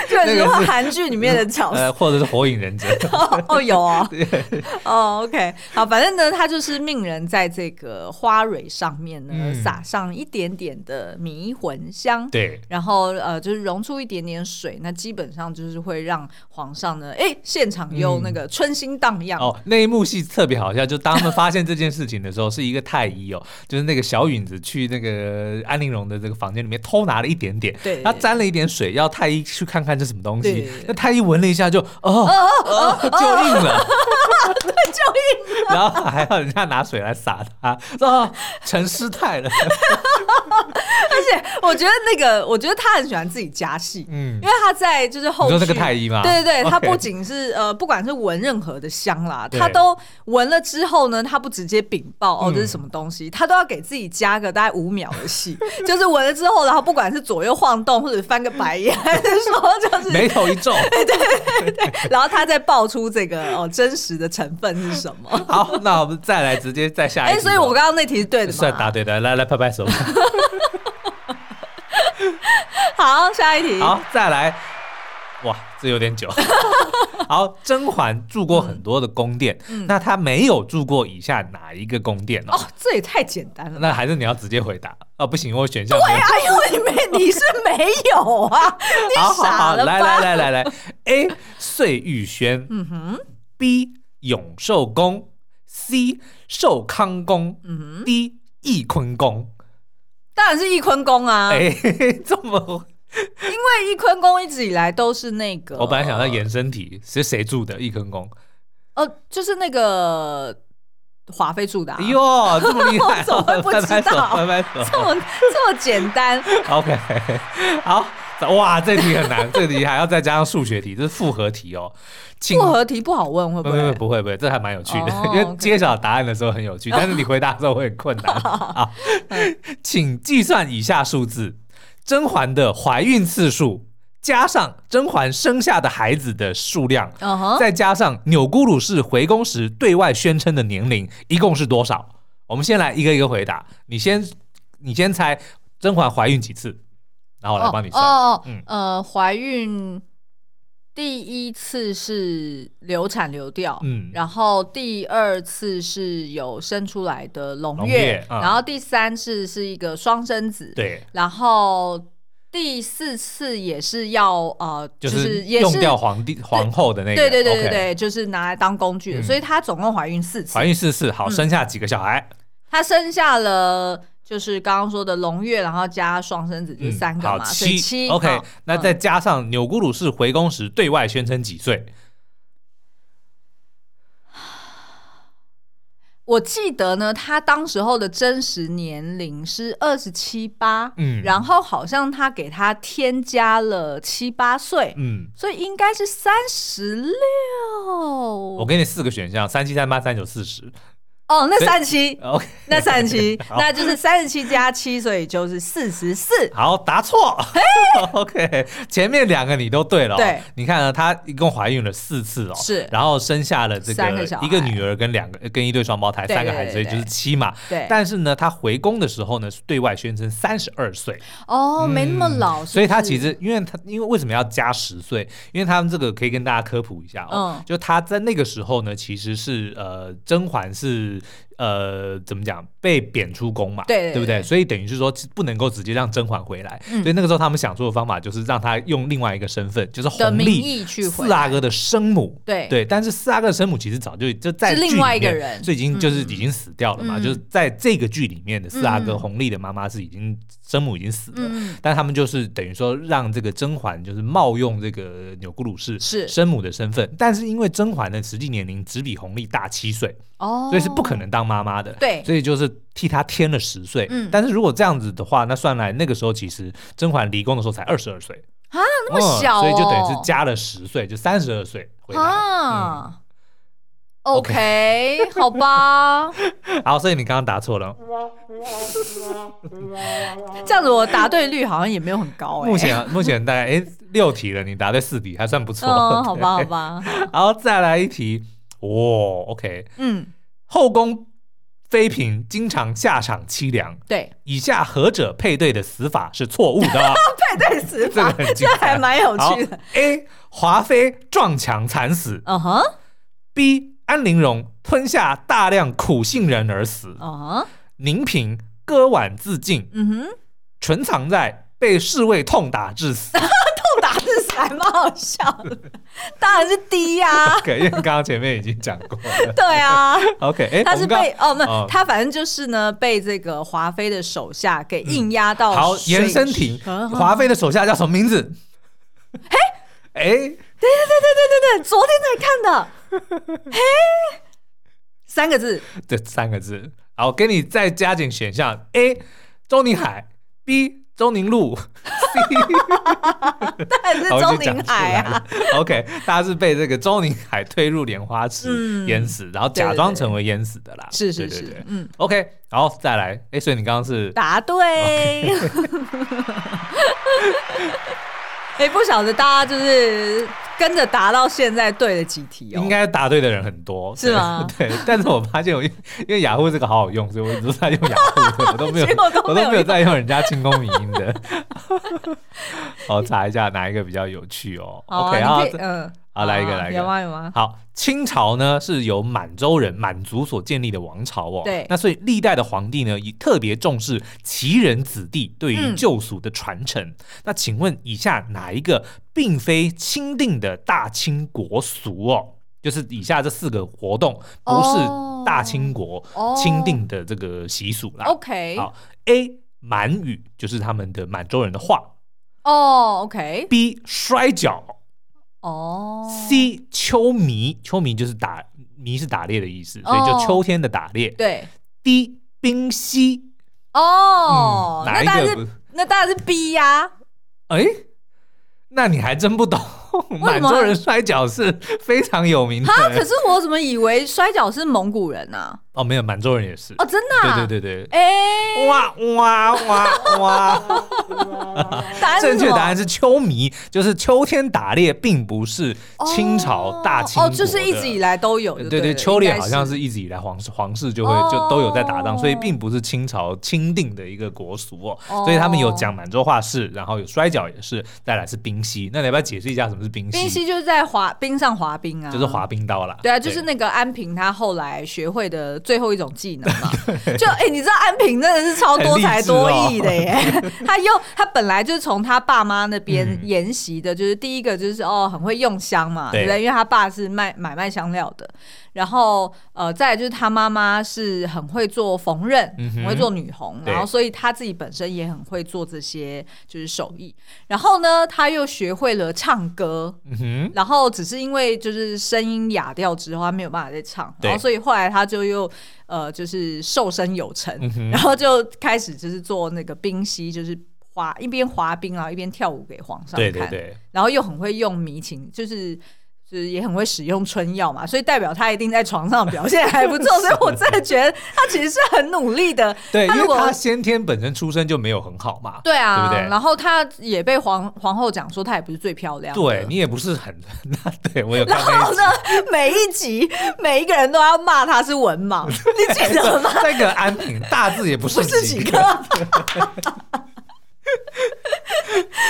[SPEAKER 2] 就
[SPEAKER 1] 个
[SPEAKER 2] 是
[SPEAKER 1] 是
[SPEAKER 2] 如果韩剧里面的角色
[SPEAKER 1] 呃，或者是火影忍者。
[SPEAKER 2] 哦，
[SPEAKER 1] <laughs>
[SPEAKER 2] 有哦，哦，OK，好，反正呢，他就是命人在这个花蕊上面呢、
[SPEAKER 1] 嗯
[SPEAKER 2] 撒上一点点的迷魂香，
[SPEAKER 1] 对，
[SPEAKER 2] 然后呃，就是溶出一点点水，那基本上就是会让皇上呢，哎，现场又那个春心荡漾，
[SPEAKER 1] 嗯哦，那一幕戏特别好笑，就当他们发现这件事情的时候，是一个太医哦，就是那个小允子去那个安陵容的这个房间里面偷拿了一点点，
[SPEAKER 2] 对
[SPEAKER 1] 他沾了一点水，要太医去看看这什么东
[SPEAKER 2] 对
[SPEAKER 1] 西
[SPEAKER 2] 对对，
[SPEAKER 1] 那太医闻了一下就哦哦就硬了，
[SPEAKER 2] 哦
[SPEAKER 1] 就硬了，然后还要人家拿水来洒他，说哦成师太
[SPEAKER 2] <laughs>
[SPEAKER 1] 了，
[SPEAKER 2] 而且我觉得那个，我觉得他很喜欢自己加戏，
[SPEAKER 1] 嗯
[SPEAKER 2] 因，为他在就是后
[SPEAKER 1] 你
[SPEAKER 2] 续
[SPEAKER 1] 说那个太医吗？
[SPEAKER 2] 对对对，他
[SPEAKER 1] 啊 OK
[SPEAKER 2] 不仅是呃，不管是闻任何的香啦，
[SPEAKER 1] 对
[SPEAKER 2] 他都闻了之后呢，他不直接禀报哦
[SPEAKER 1] 嗯
[SPEAKER 2] 这是什么东西，他都要给自己加个大概五秒的戏， <laughs> 就是闻了之后，然后不管是左右晃动或者翻个白眼，还是说就是
[SPEAKER 1] 眉头一皱。
[SPEAKER 2] 然后他再爆出这个哦真实的成分是什么。
[SPEAKER 1] 好，那我们再来直接再下一
[SPEAKER 2] 哎、
[SPEAKER 1] 题哦。
[SPEAKER 2] 所以我刚刚那题是对的
[SPEAKER 1] 算答
[SPEAKER 2] 嘛？
[SPEAKER 1] 对的，来来拍拍手。
[SPEAKER 2] 好，下一题。
[SPEAKER 1] 好，再来，哇，这有
[SPEAKER 2] <laughs>
[SPEAKER 1] 点久。好，甄嬛住过很多的宫殿，那她没有住过以下哪一个宫殿呢、
[SPEAKER 2] 嗯哦，这也太简单了。
[SPEAKER 1] 那还是你要直接回答啊！不行，我选项没有。
[SPEAKER 2] 哎呦，你没你是没有啊？你
[SPEAKER 1] 好好
[SPEAKER 2] 傻
[SPEAKER 1] 好，
[SPEAKER 2] 了吧？
[SPEAKER 1] 来来来来来，A 碎玉轩，嗯哼，B 永寿宫，C 寿康宫，嗯 d 翊坤宫。哎
[SPEAKER 2] 当然是翊坤宫啊。
[SPEAKER 1] <laughs>
[SPEAKER 2] <laughs>
[SPEAKER 1] 哎、嘿嘿这么
[SPEAKER 2] 因为翊坤宫一直以来都是那个，
[SPEAKER 1] 哦我本来想要延伸题，是谁住的翊坤宫？
[SPEAKER 2] 哦、呃，就是那个华妃住的、啊。
[SPEAKER 1] 哟，哎这么厉害，啊
[SPEAKER 2] <laughs> 我怎么会不知道
[SPEAKER 1] 拍拍手，拍拍手。
[SPEAKER 2] 这么这么简单，
[SPEAKER 1] <laughs> OK，好，哇，这题很难，这题还要再加上数学题，这是复合题哦。请
[SPEAKER 2] 复合题不好问，会
[SPEAKER 1] 不
[SPEAKER 2] 不会
[SPEAKER 1] 会？不会不会，这还蛮有趣的，
[SPEAKER 2] 哦
[SPEAKER 1] 因为
[SPEAKER 2] OK
[SPEAKER 1] 揭晓答案的时候很有趣，但是你回答的时候会很困
[SPEAKER 2] <laughs>
[SPEAKER 1] 难。好，请计算以下数字：甄嬛的怀孕次数加上甄嬛生下的孩子的数量，
[SPEAKER 2] 嗯哼，
[SPEAKER 1] 再加上钮钴鲁氏回宫时对外宣称的年龄，一共是多少？我们先来一个一个回答，你先你先猜甄嬛怀孕几次，然后我来帮你
[SPEAKER 2] 哦
[SPEAKER 1] 算。
[SPEAKER 2] 哦，
[SPEAKER 1] 嗯
[SPEAKER 2] 呃，怀孕第一次是流产流掉，
[SPEAKER 1] 嗯
[SPEAKER 2] 然后第二次是有生出来的龙
[SPEAKER 1] 龙
[SPEAKER 2] 月
[SPEAKER 1] 月，啊
[SPEAKER 2] 然后第三次是一个双生子，，
[SPEAKER 1] 对，
[SPEAKER 2] 然后第四次也是要呃，
[SPEAKER 1] 就
[SPEAKER 2] 就是
[SPEAKER 1] 是
[SPEAKER 2] 也
[SPEAKER 1] 用
[SPEAKER 2] 是
[SPEAKER 1] 掉皇帝皇后的那个。
[SPEAKER 2] 对对对对
[SPEAKER 1] OK
[SPEAKER 2] 对就是拿来当工具的，
[SPEAKER 1] 嗯
[SPEAKER 2] 所以她总共怀孕四次
[SPEAKER 1] 怀，孕四次，好，
[SPEAKER 2] 嗯
[SPEAKER 1] 生下几个小孩？
[SPEAKER 2] 她生下了。就是刚刚说的龙月，然后加双生子，就
[SPEAKER 1] 嗯
[SPEAKER 2] 是三个
[SPEAKER 1] 好
[SPEAKER 2] 嘛，所以
[SPEAKER 1] 七。
[SPEAKER 2] 七。
[SPEAKER 1] OK，
[SPEAKER 2] 好嗯
[SPEAKER 1] 那再加上钮钴鲁氏回宫时对外宣称几岁？
[SPEAKER 2] 我记得呢，他当时候的真实年龄是二十七八，
[SPEAKER 1] 嗯
[SPEAKER 2] 然后好像他给他添加了七八岁，
[SPEAKER 1] 嗯，
[SPEAKER 2] 所以应该是三十
[SPEAKER 1] 我
[SPEAKER 2] 六。
[SPEAKER 1] 给你四个选项：三七、三八、三九、四十。呃
[SPEAKER 2] 哦，那三十
[SPEAKER 1] <laughs>
[SPEAKER 2] 七，
[SPEAKER 1] OK，
[SPEAKER 2] 那三十七，
[SPEAKER 1] <laughs> 好
[SPEAKER 2] 那就是三十七加七，所以就是四十四。
[SPEAKER 1] 好，答错。OK，前面两个你都对了、哦。
[SPEAKER 2] 对，
[SPEAKER 1] 你看呢，她一共怀孕了四次哦，
[SPEAKER 2] 是
[SPEAKER 1] 然后生下了这
[SPEAKER 2] 三个小孩
[SPEAKER 1] 一个女儿跟两个跟一对双胞胎，
[SPEAKER 2] 对
[SPEAKER 1] 三个孩子，所
[SPEAKER 2] 对对
[SPEAKER 1] 以
[SPEAKER 2] 对
[SPEAKER 1] 就是七嘛。
[SPEAKER 2] 对，
[SPEAKER 1] 但是呢，她回宫的时候呢，是对外宣称三十二岁，
[SPEAKER 2] 哦，
[SPEAKER 1] 嗯
[SPEAKER 2] 没那么老，是不是
[SPEAKER 1] 所以她其
[SPEAKER 2] 嗯
[SPEAKER 1] 实，因为她因为为什么要加十岁？因为他们这个可以跟大家科普一下哦，
[SPEAKER 2] 嗯
[SPEAKER 1] 就她在那个时候呢，其实是呃，甄嬛是呃怎么讲被贬出宫嘛，
[SPEAKER 2] 对对
[SPEAKER 1] 对不
[SPEAKER 2] 对
[SPEAKER 1] 对？所以等于是说不能够直接让甄嬛回来，
[SPEAKER 2] 嗯
[SPEAKER 1] 所以那个时候他们想做的方法就是让她用另外一个身份，就是
[SPEAKER 2] 的
[SPEAKER 1] 弘
[SPEAKER 2] 名
[SPEAKER 1] 历
[SPEAKER 2] 义去回
[SPEAKER 1] 四阿
[SPEAKER 2] 来，
[SPEAKER 1] 哥的生母。
[SPEAKER 2] 对
[SPEAKER 1] 对，但是四阿哥的生母其实早就就在
[SPEAKER 2] 是另
[SPEAKER 1] 剧里
[SPEAKER 2] 外一个
[SPEAKER 1] 面
[SPEAKER 2] 人
[SPEAKER 1] 所以已经就是
[SPEAKER 2] 嗯
[SPEAKER 1] 已经死掉了嘛，
[SPEAKER 2] 嗯
[SPEAKER 1] 就是在这个剧里面的四阿哥
[SPEAKER 2] 嗯
[SPEAKER 1] 弘历的妈妈是已经生母已经死了，
[SPEAKER 2] 嗯，
[SPEAKER 1] 但他们就是等于说让这个甄嬛就是冒用这个钮钴鲁氏
[SPEAKER 2] 是
[SPEAKER 1] 生母的身份，但是因为甄嬛的实际年龄只比弘历大七岁，
[SPEAKER 2] 哦，
[SPEAKER 1] 所以是不可能当妈妈的。
[SPEAKER 2] 对
[SPEAKER 1] 所以就是替她添了十岁。
[SPEAKER 2] 嗯
[SPEAKER 1] 但是如果这样子的话，那算来那个时候其实甄嬛离宫的时候才二十二岁
[SPEAKER 2] 啊，那么小哦
[SPEAKER 1] 所以就等于是加了十岁，就三十二岁回来嗯了。
[SPEAKER 2] 啊。OK，好吧，
[SPEAKER 1] 好，所以你刚刚答错了。
[SPEAKER 2] <laughs> 这样子我答对率好像也没有很高哎、
[SPEAKER 1] 目
[SPEAKER 2] <laughs>
[SPEAKER 1] 前目前大概哎六题了，你答对四题，还算不错。
[SPEAKER 2] 嗯，好吧，好
[SPEAKER 1] 对。
[SPEAKER 2] 吧，
[SPEAKER 1] <laughs> 好，再来一题。哦哇、o k
[SPEAKER 2] 嗯，
[SPEAKER 1] 后宫妃嫔经常下场凄凉，
[SPEAKER 2] 对，
[SPEAKER 1] 以下何者配对的死法是错误
[SPEAKER 2] <laughs>
[SPEAKER 1] 的？
[SPEAKER 2] 配对死
[SPEAKER 1] 这个
[SPEAKER 2] 法，
[SPEAKER 1] 很
[SPEAKER 2] 这
[SPEAKER 1] 精彩
[SPEAKER 2] 还蛮有
[SPEAKER 1] 好
[SPEAKER 2] 趣的。
[SPEAKER 1] A. 华妃撞墙惨死
[SPEAKER 2] 嗯哼，
[SPEAKER 1] ；B. 安陵容吞下大量苦杏仁而死；
[SPEAKER 2] 嗯哼，
[SPEAKER 1] 宁嫔割腕自尽，
[SPEAKER 2] 嗯哼，
[SPEAKER 1] 纯藏在被侍卫痛打致
[SPEAKER 2] <laughs>
[SPEAKER 1] 死。
[SPEAKER 2] 痛打字死还蛮好笑的，当然是 D 呀、
[SPEAKER 1] OK，因为刚刚前面已经讲过了。
[SPEAKER 2] <laughs> 对啊，
[SPEAKER 1] OK，哎、
[SPEAKER 2] 他
[SPEAKER 1] 我
[SPEAKER 2] 是
[SPEAKER 1] 们刚
[SPEAKER 2] 被哦，不
[SPEAKER 1] 哦，
[SPEAKER 2] 他反正就是呢，被这个华妃的手下给硬压到、
[SPEAKER 1] 嗯
[SPEAKER 2] 嗯
[SPEAKER 1] 好延伸题，华妃的手下叫什么名字？哎哎，
[SPEAKER 2] 对，昨天才看的，嘿，三个字，
[SPEAKER 1] 这三个字。好，给你再加点选项：A. 周宁海，B. 周宁路
[SPEAKER 2] <laughs>
[SPEAKER 1] ，C.
[SPEAKER 2] 还是周宁海啊？
[SPEAKER 1] OK，大家是被这个周宁海推入莲花池
[SPEAKER 2] 嗯
[SPEAKER 1] 淹死，然后假装成为淹死的啦。
[SPEAKER 2] 是是
[SPEAKER 1] 对
[SPEAKER 2] 是，
[SPEAKER 1] 对对
[SPEAKER 2] 嗯，
[SPEAKER 1] OK，然后再来，哎，所以你刚刚是
[SPEAKER 2] 答对。哎、不晓得大家就是跟着答到现在对了几题哦？
[SPEAKER 1] 应该答对的人很多，
[SPEAKER 2] 是吗
[SPEAKER 1] 对， <laughs> 对但是我发现我因因为雅虎这个好好用，所以我一直都在用雅虎的，我都
[SPEAKER 2] <laughs>
[SPEAKER 1] 没有
[SPEAKER 2] 结果都没有
[SPEAKER 1] 我都没有
[SPEAKER 2] 用
[SPEAKER 1] 在用人家清宫迷音的。 <laughs> 我查一下哪一个比较有趣哦。
[SPEAKER 2] 好啊
[SPEAKER 1] OK，
[SPEAKER 2] 你
[SPEAKER 1] 然后
[SPEAKER 2] 可以嗯，
[SPEAKER 1] 好来一个来一个
[SPEAKER 2] 有吗有吗？
[SPEAKER 1] 好，清朝呢是由满洲人满族所建立的王朝哦。
[SPEAKER 2] 对
[SPEAKER 1] 那所以历代的皇帝呢，也特别重视旗人子弟对于
[SPEAKER 2] 嗯
[SPEAKER 1] 旧俗的传承。那请问以下哪一个并非钦定的大清国俗哦？就是以下这四个活动不
[SPEAKER 2] 哦
[SPEAKER 1] 是大清国
[SPEAKER 2] 哦
[SPEAKER 1] 钦定的这个习俗啦。
[SPEAKER 2] OK，
[SPEAKER 1] 好，A 满语就是他们的满洲人的话
[SPEAKER 2] 哦，OK，
[SPEAKER 1] B 摔跤
[SPEAKER 2] 哦，
[SPEAKER 1] ，C 秋迷，秋迷就是打迷是打猎的意思，所以就
[SPEAKER 2] 哦
[SPEAKER 1] 秋天的打猎。
[SPEAKER 2] 对，
[SPEAKER 1] D 冰溪，
[SPEAKER 2] 哦，
[SPEAKER 1] 嗯哪
[SPEAKER 2] 那
[SPEAKER 1] 一
[SPEAKER 2] 当然
[SPEAKER 1] 个不
[SPEAKER 2] 是？那当然是 B 呀、
[SPEAKER 1] 哎，那你还真不懂，
[SPEAKER 2] 为什
[SPEAKER 1] 满
[SPEAKER 2] 么
[SPEAKER 1] 洲人摔跤是非常有名的。
[SPEAKER 2] 啊，可是我怎么以为摔跤是蒙古人呐、
[SPEAKER 1] 哦，没有，满洲人也是。
[SPEAKER 2] 哦，真的、啊？
[SPEAKER 1] 对对对对。
[SPEAKER 2] 哎、
[SPEAKER 1] 哇哇哇
[SPEAKER 2] <laughs>
[SPEAKER 1] 哇！
[SPEAKER 2] 答案是
[SPEAKER 1] 正确
[SPEAKER 2] 什么
[SPEAKER 1] 答案是秋迷，就是秋天打猎，并不是清朝大清
[SPEAKER 2] 哦，
[SPEAKER 1] 国
[SPEAKER 2] 哦就是一
[SPEAKER 1] 的
[SPEAKER 2] 直以来都有
[SPEAKER 1] 对
[SPEAKER 2] 就
[SPEAKER 1] 对
[SPEAKER 2] 对了
[SPEAKER 1] 秋猎好像。
[SPEAKER 2] 应
[SPEAKER 1] 是一直以来皇室皇室就会
[SPEAKER 2] 哦
[SPEAKER 1] 就都有在打仗，所以并不是清朝钦定的一个国俗哦，
[SPEAKER 2] 哦
[SPEAKER 1] 所以他们有讲满洲话是，然后有摔跤也是，再来是冰溪。那你要不要解释一下什么是冰
[SPEAKER 2] 该是冰
[SPEAKER 1] 溪？
[SPEAKER 2] 溪就是在滑冰上滑冰啊，
[SPEAKER 1] 就是滑冰刀啦。
[SPEAKER 2] 对啊，就是那个安平他后来学会的最后一种技能嘛。就哎、你知道安平真的是超多才多
[SPEAKER 1] 哦
[SPEAKER 2] 艺的耶，
[SPEAKER 1] <laughs>
[SPEAKER 2] 他用他本来就是从他爸妈那边
[SPEAKER 1] 嗯
[SPEAKER 2] 研习的，就是第一个就是哦很会用香嘛，
[SPEAKER 1] 对
[SPEAKER 2] 对不对？因为他爸是卖买卖香料的，然后呃再来就是他妈妈是很会做缝纫，
[SPEAKER 1] 嗯哼
[SPEAKER 2] 很会做女红，
[SPEAKER 1] 对
[SPEAKER 2] 然后所以他自己本身也很会做这些就是手艺，然后呢他又学会了唱歌，
[SPEAKER 1] 嗯哼，
[SPEAKER 2] 然后只是因为就是声音哑掉之后，他没有办法再唱，
[SPEAKER 1] 对
[SPEAKER 2] 然后所以后来他就又呃就是瘦身有成，
[SPEAKER 1] 嗯哼
[SPEAKER 2] <laughs> 然后就开始就是做那个冰溪，就是滑一边滑冰啊一边跳舞给皇上看，
[SPEAKER 1] 对对对，
[SPEAKER 2] 然后又很会用迷情，就是。就是也很会使用春药嘛，所以代表他一定在床上表现还不错，所以我真的觉得他其实是很努力的。
[SPEAKER 1] 对，
[SPEAKER 2] 他
[SPEAKER 1] 因
[SPEAKER 2] 如
[SPEAKER 1] 为
[SPEAKER 2] 果
[SPEAKER 1] 他先天本身出身就没有很好嘛。
[SPEAKER 2] 对啊，
[SPEAKER 1] <laughs> 对不对
[SPEAKER 2] 然后他也被皇皇后讲说他也不是最漂亮的，
[SPEAKER 1] 对你也不是很， <laughs> 那对我有看
[SPEAKER 2] 然
[SPEAKER 1] 那
[SPEAKER 2] 后
[SPEAKER 1] 一
[SPEAKER 2] 呢，每一集每一个人都要骂他是文盲，你记得吗？
[SPEAKER 1] 那个安平大字也不
[SPEAKER 2] 不
[SPEAKER 1] 是
[SPEAKER 2] 是几
[SPEAKER 1] 几
[SPEAKER 2] 个，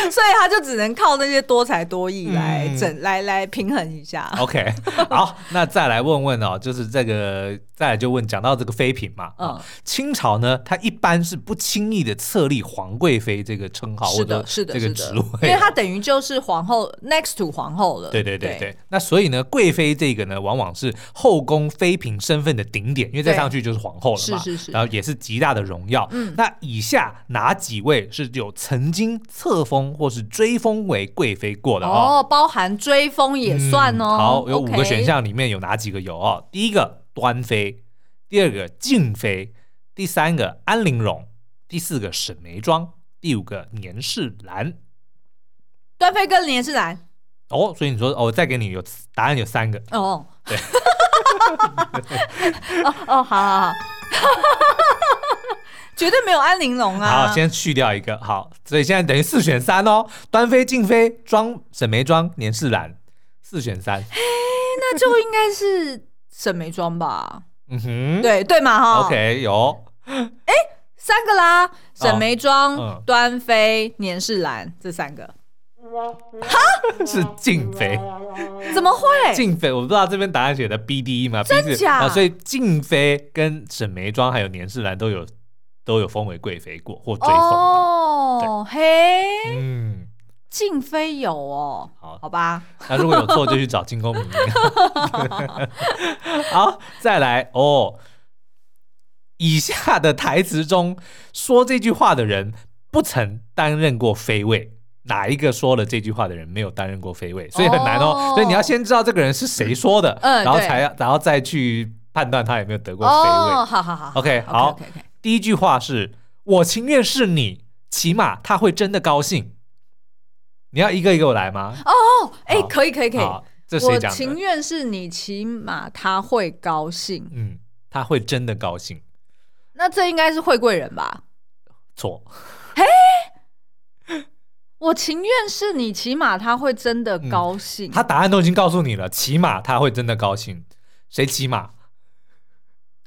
[SPEAKER 2] 所以他就只能靠那些多才多艺来
[SPEAKER 1] 嗯
[SPEAKER 2] 整、来来平衡一下。
[SPEAKER 1] OK，好，那再来问问哦，就是这个，再来就问讲到这个妃嫔嘛，
[SPEAKER 2] 嗯
[SPEAKER 1] 嗯，清朝呢，它一般是不轻易的册立皇贵妃这个称号
[SPEAKER 2] 是
[SPEAKER 1] 或者
[SPEAKER 2] 的，是的，
[SPEAKER 1] 这
[SPEAKER 2] 是
[SPEAKER 1] 个
[SPEAKER 2] 的
[SPEAKER 1] 职
[SPEAKER 2] 因
[SPEAKER 1] 位
[SPEAKER 2] 为
[SPEAKER 1] 哦。
[SPEAKER 2] 他等于就是皇后 next to 皇后了。
[SPEAKER 1] <laughs> 对对对对，那所以呢，贵妃这个呢，往往是后宫妃嫔身份的顶点，因为再
[SPEAKER 2] 对
[SPEAKER 1] 上去就是皇后了嘛，
[SPEAKER 2] 是是是
[SPEAKER 1] 然后也是极大的荣耀。嗯，那以下哪几位是有曾经册封或是追封为贵妃过的哦？
[SPEAKER 2] 哦，包含追风也算哦。
[SPEAKER 1] 嗯好，有五
[SPEAKER 2] OK
[SPEAKER 1] 个选。项，里面有哪几个有哦？第一个端妃，第二个敬妃，第三个安陵容，第四个沈眉庄，第五个年世兰。
[SPEAKER 2] 端妃跟连世兰
[SPEAKER 1] 哦，所以你说哦，再给你有答案有三个，
[SPEAKER 2] 哦，
[SPEAKER 1] 对，
[SPEAKER 2] <laughs> 哦哦，好好 <laughs> 好，绝对没有安玲珑啊！
[SPEAKER 1] 好，先去掉一个，好，所以现在等于四选三哦，端妃、敬妃、庄、沈眉庄、年世兰，四选三。
[SPEAKER 2] 那就应该是沈眉庄吧？
[SPEAKER 1] 嗯哼，
[SPEAKER 2] 对对嘛哈
[SPEAKER 1] ，OK，有，
[SPEAKER 2] 三个啦，沈眉庄、
[SPEAKER 1] 嗯
[SPEAKER 2] 端妃、年世兰这三个，
[SPEAKER 1] 是敬妃。
[SPEAKER 2] 怎么会？
[SPEAKER 1] 敬妃，我不知道这边答案写的 B D E 嘛，
[SPEAKER 2] 哎真
[SPEAKER 1] B 字
[SPEAKER 2] 假
[SPEAKER 1] 啊，所以敬妃跟沈眉庄还有年世兰都有都有封为贵妃过或追封啊的。
[SPEAKER 2] 哦，嘿，
[SPEAKER 1] 嗯，
[SPEAKER 2] 静妃有哦，
[SPEAKER 1] 好
[SPEAKER 2] 好吧，
[SPEAKER 1] 那如果有错就去找清宫名。 <laughs> 好，再来哦。以下的台词中说这句话的人不曾担任过妃位，哪一个说了这句话的人没有担任过妃位？所以很难哦。
[SPEAKER 2] 哦
[SPEAKER 1] 所以你要先知道这个人是谁说的，
[SPEAKER 2] 嗯
[SPEAKER 1] 然后
[SPEAKER 2] 对
[SPEAKER 1] 才要然后再去判断他有没有得过妃位。
[SPEAKER 2] 哦，好好好
[SPEAKER 1] OK，好
[SPEAKER 2] o k OK，
[SPEAKER 1] 第一句话是“我情愿是你”，起码他会真的高兴。你要一个一个我来吗？
[SPEAKER 2] 哦，哎，
[SPEAKER 1] 好
[SPEAKER 2] 可以可以可以，
[SPEAKER 1] 好，这谁
[SPEAKER 2] 我
[SPEAKER 1] 讲
[SPEAKER 2] 情
[SPEAKER 1] 的？
[SPEAKER 2] 愿是你，起码他会高兴。
[SPEAKER 1] 嗯，他会真的高兴。
[SPEAKER 2] 那这应该是惠贵人吧？
[SPEAKER 1] 错，
[SPEAKER 2] 我情愿是你，起码他会真的高兴。
[SPEAKER 1] 嗯他答案都已经告诉你了，起码他会真的高兴。谁骑马？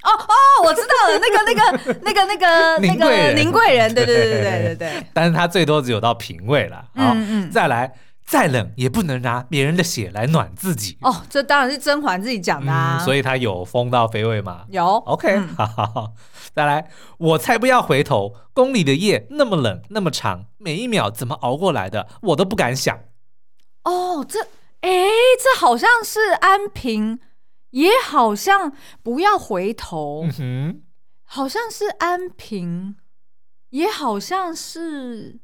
[SPEAKER 2] 哦哦，我知道了，那
[SPEAKER 1] <laughs>
[SPEAKER 2] 个那个那个那个那
[SPEAKER 1] 宁贵
[SPEAKER 2] 个
[SPEAKER 1] 人
[SPEAKER 2] 宁贵人，对对对对对对
[SPEAKER 1] 对
[SPEAKER 2] 对，
[SPEAKER 1] 但是他最多只有到平位了。好，
[SPEAKER 2] 嗯嗯
[SPEAKER 1] 再来，再冷也不能拿别人的血来暖自己。
[SPEAKER 2] 哦，这当然是甄嬛自己讲的啊，
[SPEAKER 1] 嗯，所以他有封到妃位吗？
[SPEAKER 2] 有
[SPEAKER 1] OK，、
[SPEAKER 2] 嗯
[SPEAKER 1] 好好好，再来，我才不要回头。宫里的夜那么冷，那么长，每一秒怎么熬过来的，我都不敢想。
[SPEAKER 2] 哦，这哎，这好像是安平，也好像不要回头，
[SPEAKER 1] 嗯哼，
[SPEAKER 2] 好像是安平，也好像是。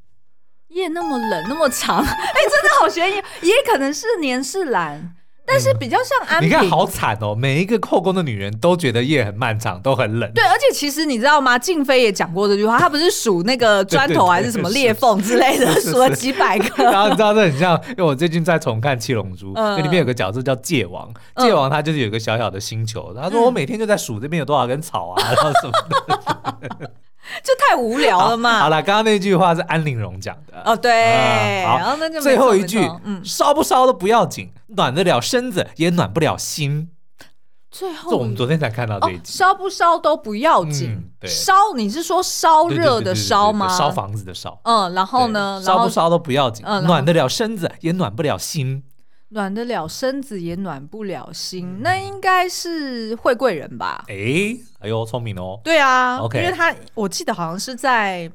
[SPEAKER 2] 夜那么冷，那么长， <laughs> 哎、真的好悬疑，也可能是年世兰，但是比较像安
[SPEAKER 1] 你
[SPEAKER 2] 平。
[SPEAKER 1] 看好惨哦，每一个后宫的女人都觉得夜很漫长，都很冷。
[SPEAKER 2] 对，而且其实你知道吗？静妃也讲过这句话，她不是数那个砖头还是什么裂缝之类的，数了几百 <laughs> 个。
[SPEAKER 1] 然后你知道这很像，因为我最近在重看《七龙珠》，
[SPEAKER 2] 嗯
[SPEAKER 1] 那里面有个角色叫界王，
[SPEAKER 2] 嗯
[SPEAKER 1] 界王他就是有一个小小的星球，他说我每天就在数这边有多少根草啊，然后什么
[SPEAKER 2] <laughs>
[SPEAKER 1] 的。
[SPEAKER 2] 就太无聊了
[SPEAKER 1] 好
[SPEAKER 2] 嘛。
[SPEAKER 1] 了，刚刚那句话是安陵容讲的。
[SPEAKER 2] 哦，对，
[SPEAKER 1] 啊好
[SPEAKER 2] 然后那就没
[SPEAKER 1] 最后
[SPEAKER 2] 错
[SPEAKER 1] 一
[SPEAKER 2] 没
[SPEAKER 1] 句
[SPEAKER 2] 错，嗯，
[SPEAKER 1] 烧不烧都不要紧，暖得了身子也暖不了心。
[SPEAKER 2] 最后
[SPEAKER 1] 这我们昨天才看到
[SPEAKER 2] 哦
[SPEAKER 1] 这一，集。
[SPEAKER 2] 烧不烧都不要紧
[SPEAKER 1] 嗯，对
[SPEAKER 2] 烧你是说哦烧
[SPEAKER 1] 对对
[SPEAKER 2] 热
[SPEAKER 1] 对对
[SPEAKER 2] 的
[SPEAKER 1] 对
[SPEAKER 2] 烧
[SPEAKER 1] 对
[SPEAKER 2] 吗？
[SPEAKER 1] 烧房子的烧。
[SPEAKER 2] 嗯，然后呢，
[SPEAKER 1] 对
[SPEAKER 2] 然
[SPEAKER 1] 烧
[SPEAKER 2] 后
[SPEAKER 1] 不烧都不要紧
[SPEAKER 2] 嗯，然后
[SPEAKER 1] 暖得了身子也暖不了心。
[SPEAKER 2] 暖得了身子也暖不了心，那应该是惠贵人吧？
[SPEAKER 1] 哎，哎呦，聪明哦！
[SPEAKER 2] 对啊
[SPEAKER 1] OK
[SPEAKER 2] 因为他我记得好像是在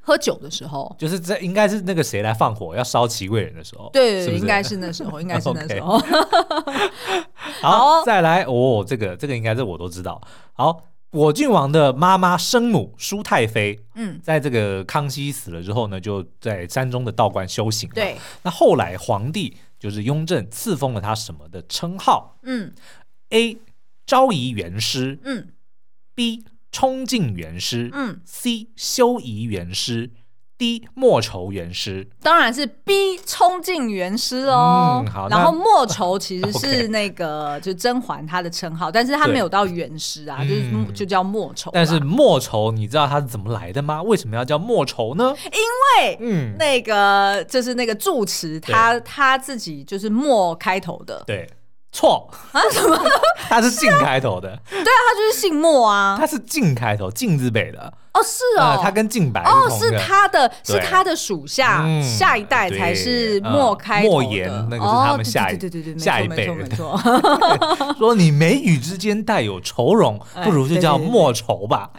[SPEAKER 2] 喝酒的时候，
[SPEAKER 1] 就是在应该是那个谁来放火要烧齐贵人的时候，
[SPEAKER 2] 对，
[SPEAKER 1] 是不是
[SPEAKER 2] 应该是那时
[SPEAKER 1] <laughs>
[SPEAKER 2] 候，应该是那时候。好
[SPEAKER 1] 好，再来哦，这个这个应该是我都知道。好，果郡王的妈妈生母舒太妃，
[SPEAKER 2] <laughs> 嗯，
[SPEAKER 1] 在这个康熙死了之后呢，就在山中的道观修行。，
[SPEAKER 2] 对，
[SPEAKER 1] 那后来皇帝就是雍正赐封了他什么的称号
[SPEAKER 2] 嗯
[SPEAKER 1] ？A. 昭仪元师
[SPEAKER 2] 嗯
[SPEAKER 1] ，B. 冲敬元师，
[SPEAKER 2] 嗯，
[SPEAKER 1] C 修仪元师，D 莫愁元师。
[SPEAKER 2] 当然是 B 冲进元师哦。
[SPEAKER 1] 嗯好那
[SPEAKER 2] 然后莫愁其
[SPEAKER 1] <laughs>
[SPEAKER 2] 实
[SPEAKER 1] OK
[SPEAKER 2] 是那个就甄嬛她的称号，但是她
[SPEAKER 1] 对
[SPEAKER 2] 没有到元师啊，就是
[SPEAKER 1] 嗯
[SPEAKER 2] 就叫莫愁吧。
[SPEAKER 1] 但是莫愁，你知道它是怎么来的吗？为什么要叫莫愁呢？
[SPEAKER 2] 因为
[SPEAKER 1] 嗯，
[SPEAKER 2] 那个就是那个住持，
[SPEAKER 1] 对
[SPEAKER 2] 他他自己就是莫开头的，
[SPEAKER 1] 对，错啊，什 <laughs> 么？它是晋开头的，
[SPEAKER 2] 他就是姓莫啊。
[SPEAKER 1] 它是晋开头，晋字北的。
[SPEAKER 2] 哦，是
[SPEAKER 1] 呃
[SPEAKER 2] 哦，
[SPEAKER 1] 它跟晋白
[SPEAKER 2] 哦
[SPEAKER 1] 同
[SPEAKER 2] 是
[SPEAKER 1] 一个。
[SPEAKER 2] 他的，是
[SPEAKER 1] 对
[SPEAKER 2] 他的属下，
[SPEAKER 1] 嗯
[SPEAKER 2] 下一代才是
[SPEAKER 1] 对
[SPEAKER 2] 莫开头的
[SPEAKER 1] 嗯莫言那个是他们下一
[SPEAKER 2] 哦、对对对对对，
[SPEAKER 1] 下
[SPEAKER 2] 没
[SPEAKER 1] 一
[SPEAKER 2] 错
[SPEAKER 1] 辈
[SPEAKER 2] 没错 <laughs> 没错。
[SPEAKER 1] 说你眉宇之间带有愁容，
[SPEAKER 2] 哎
[SPEAKER 1] 不如就叫莫愁吧。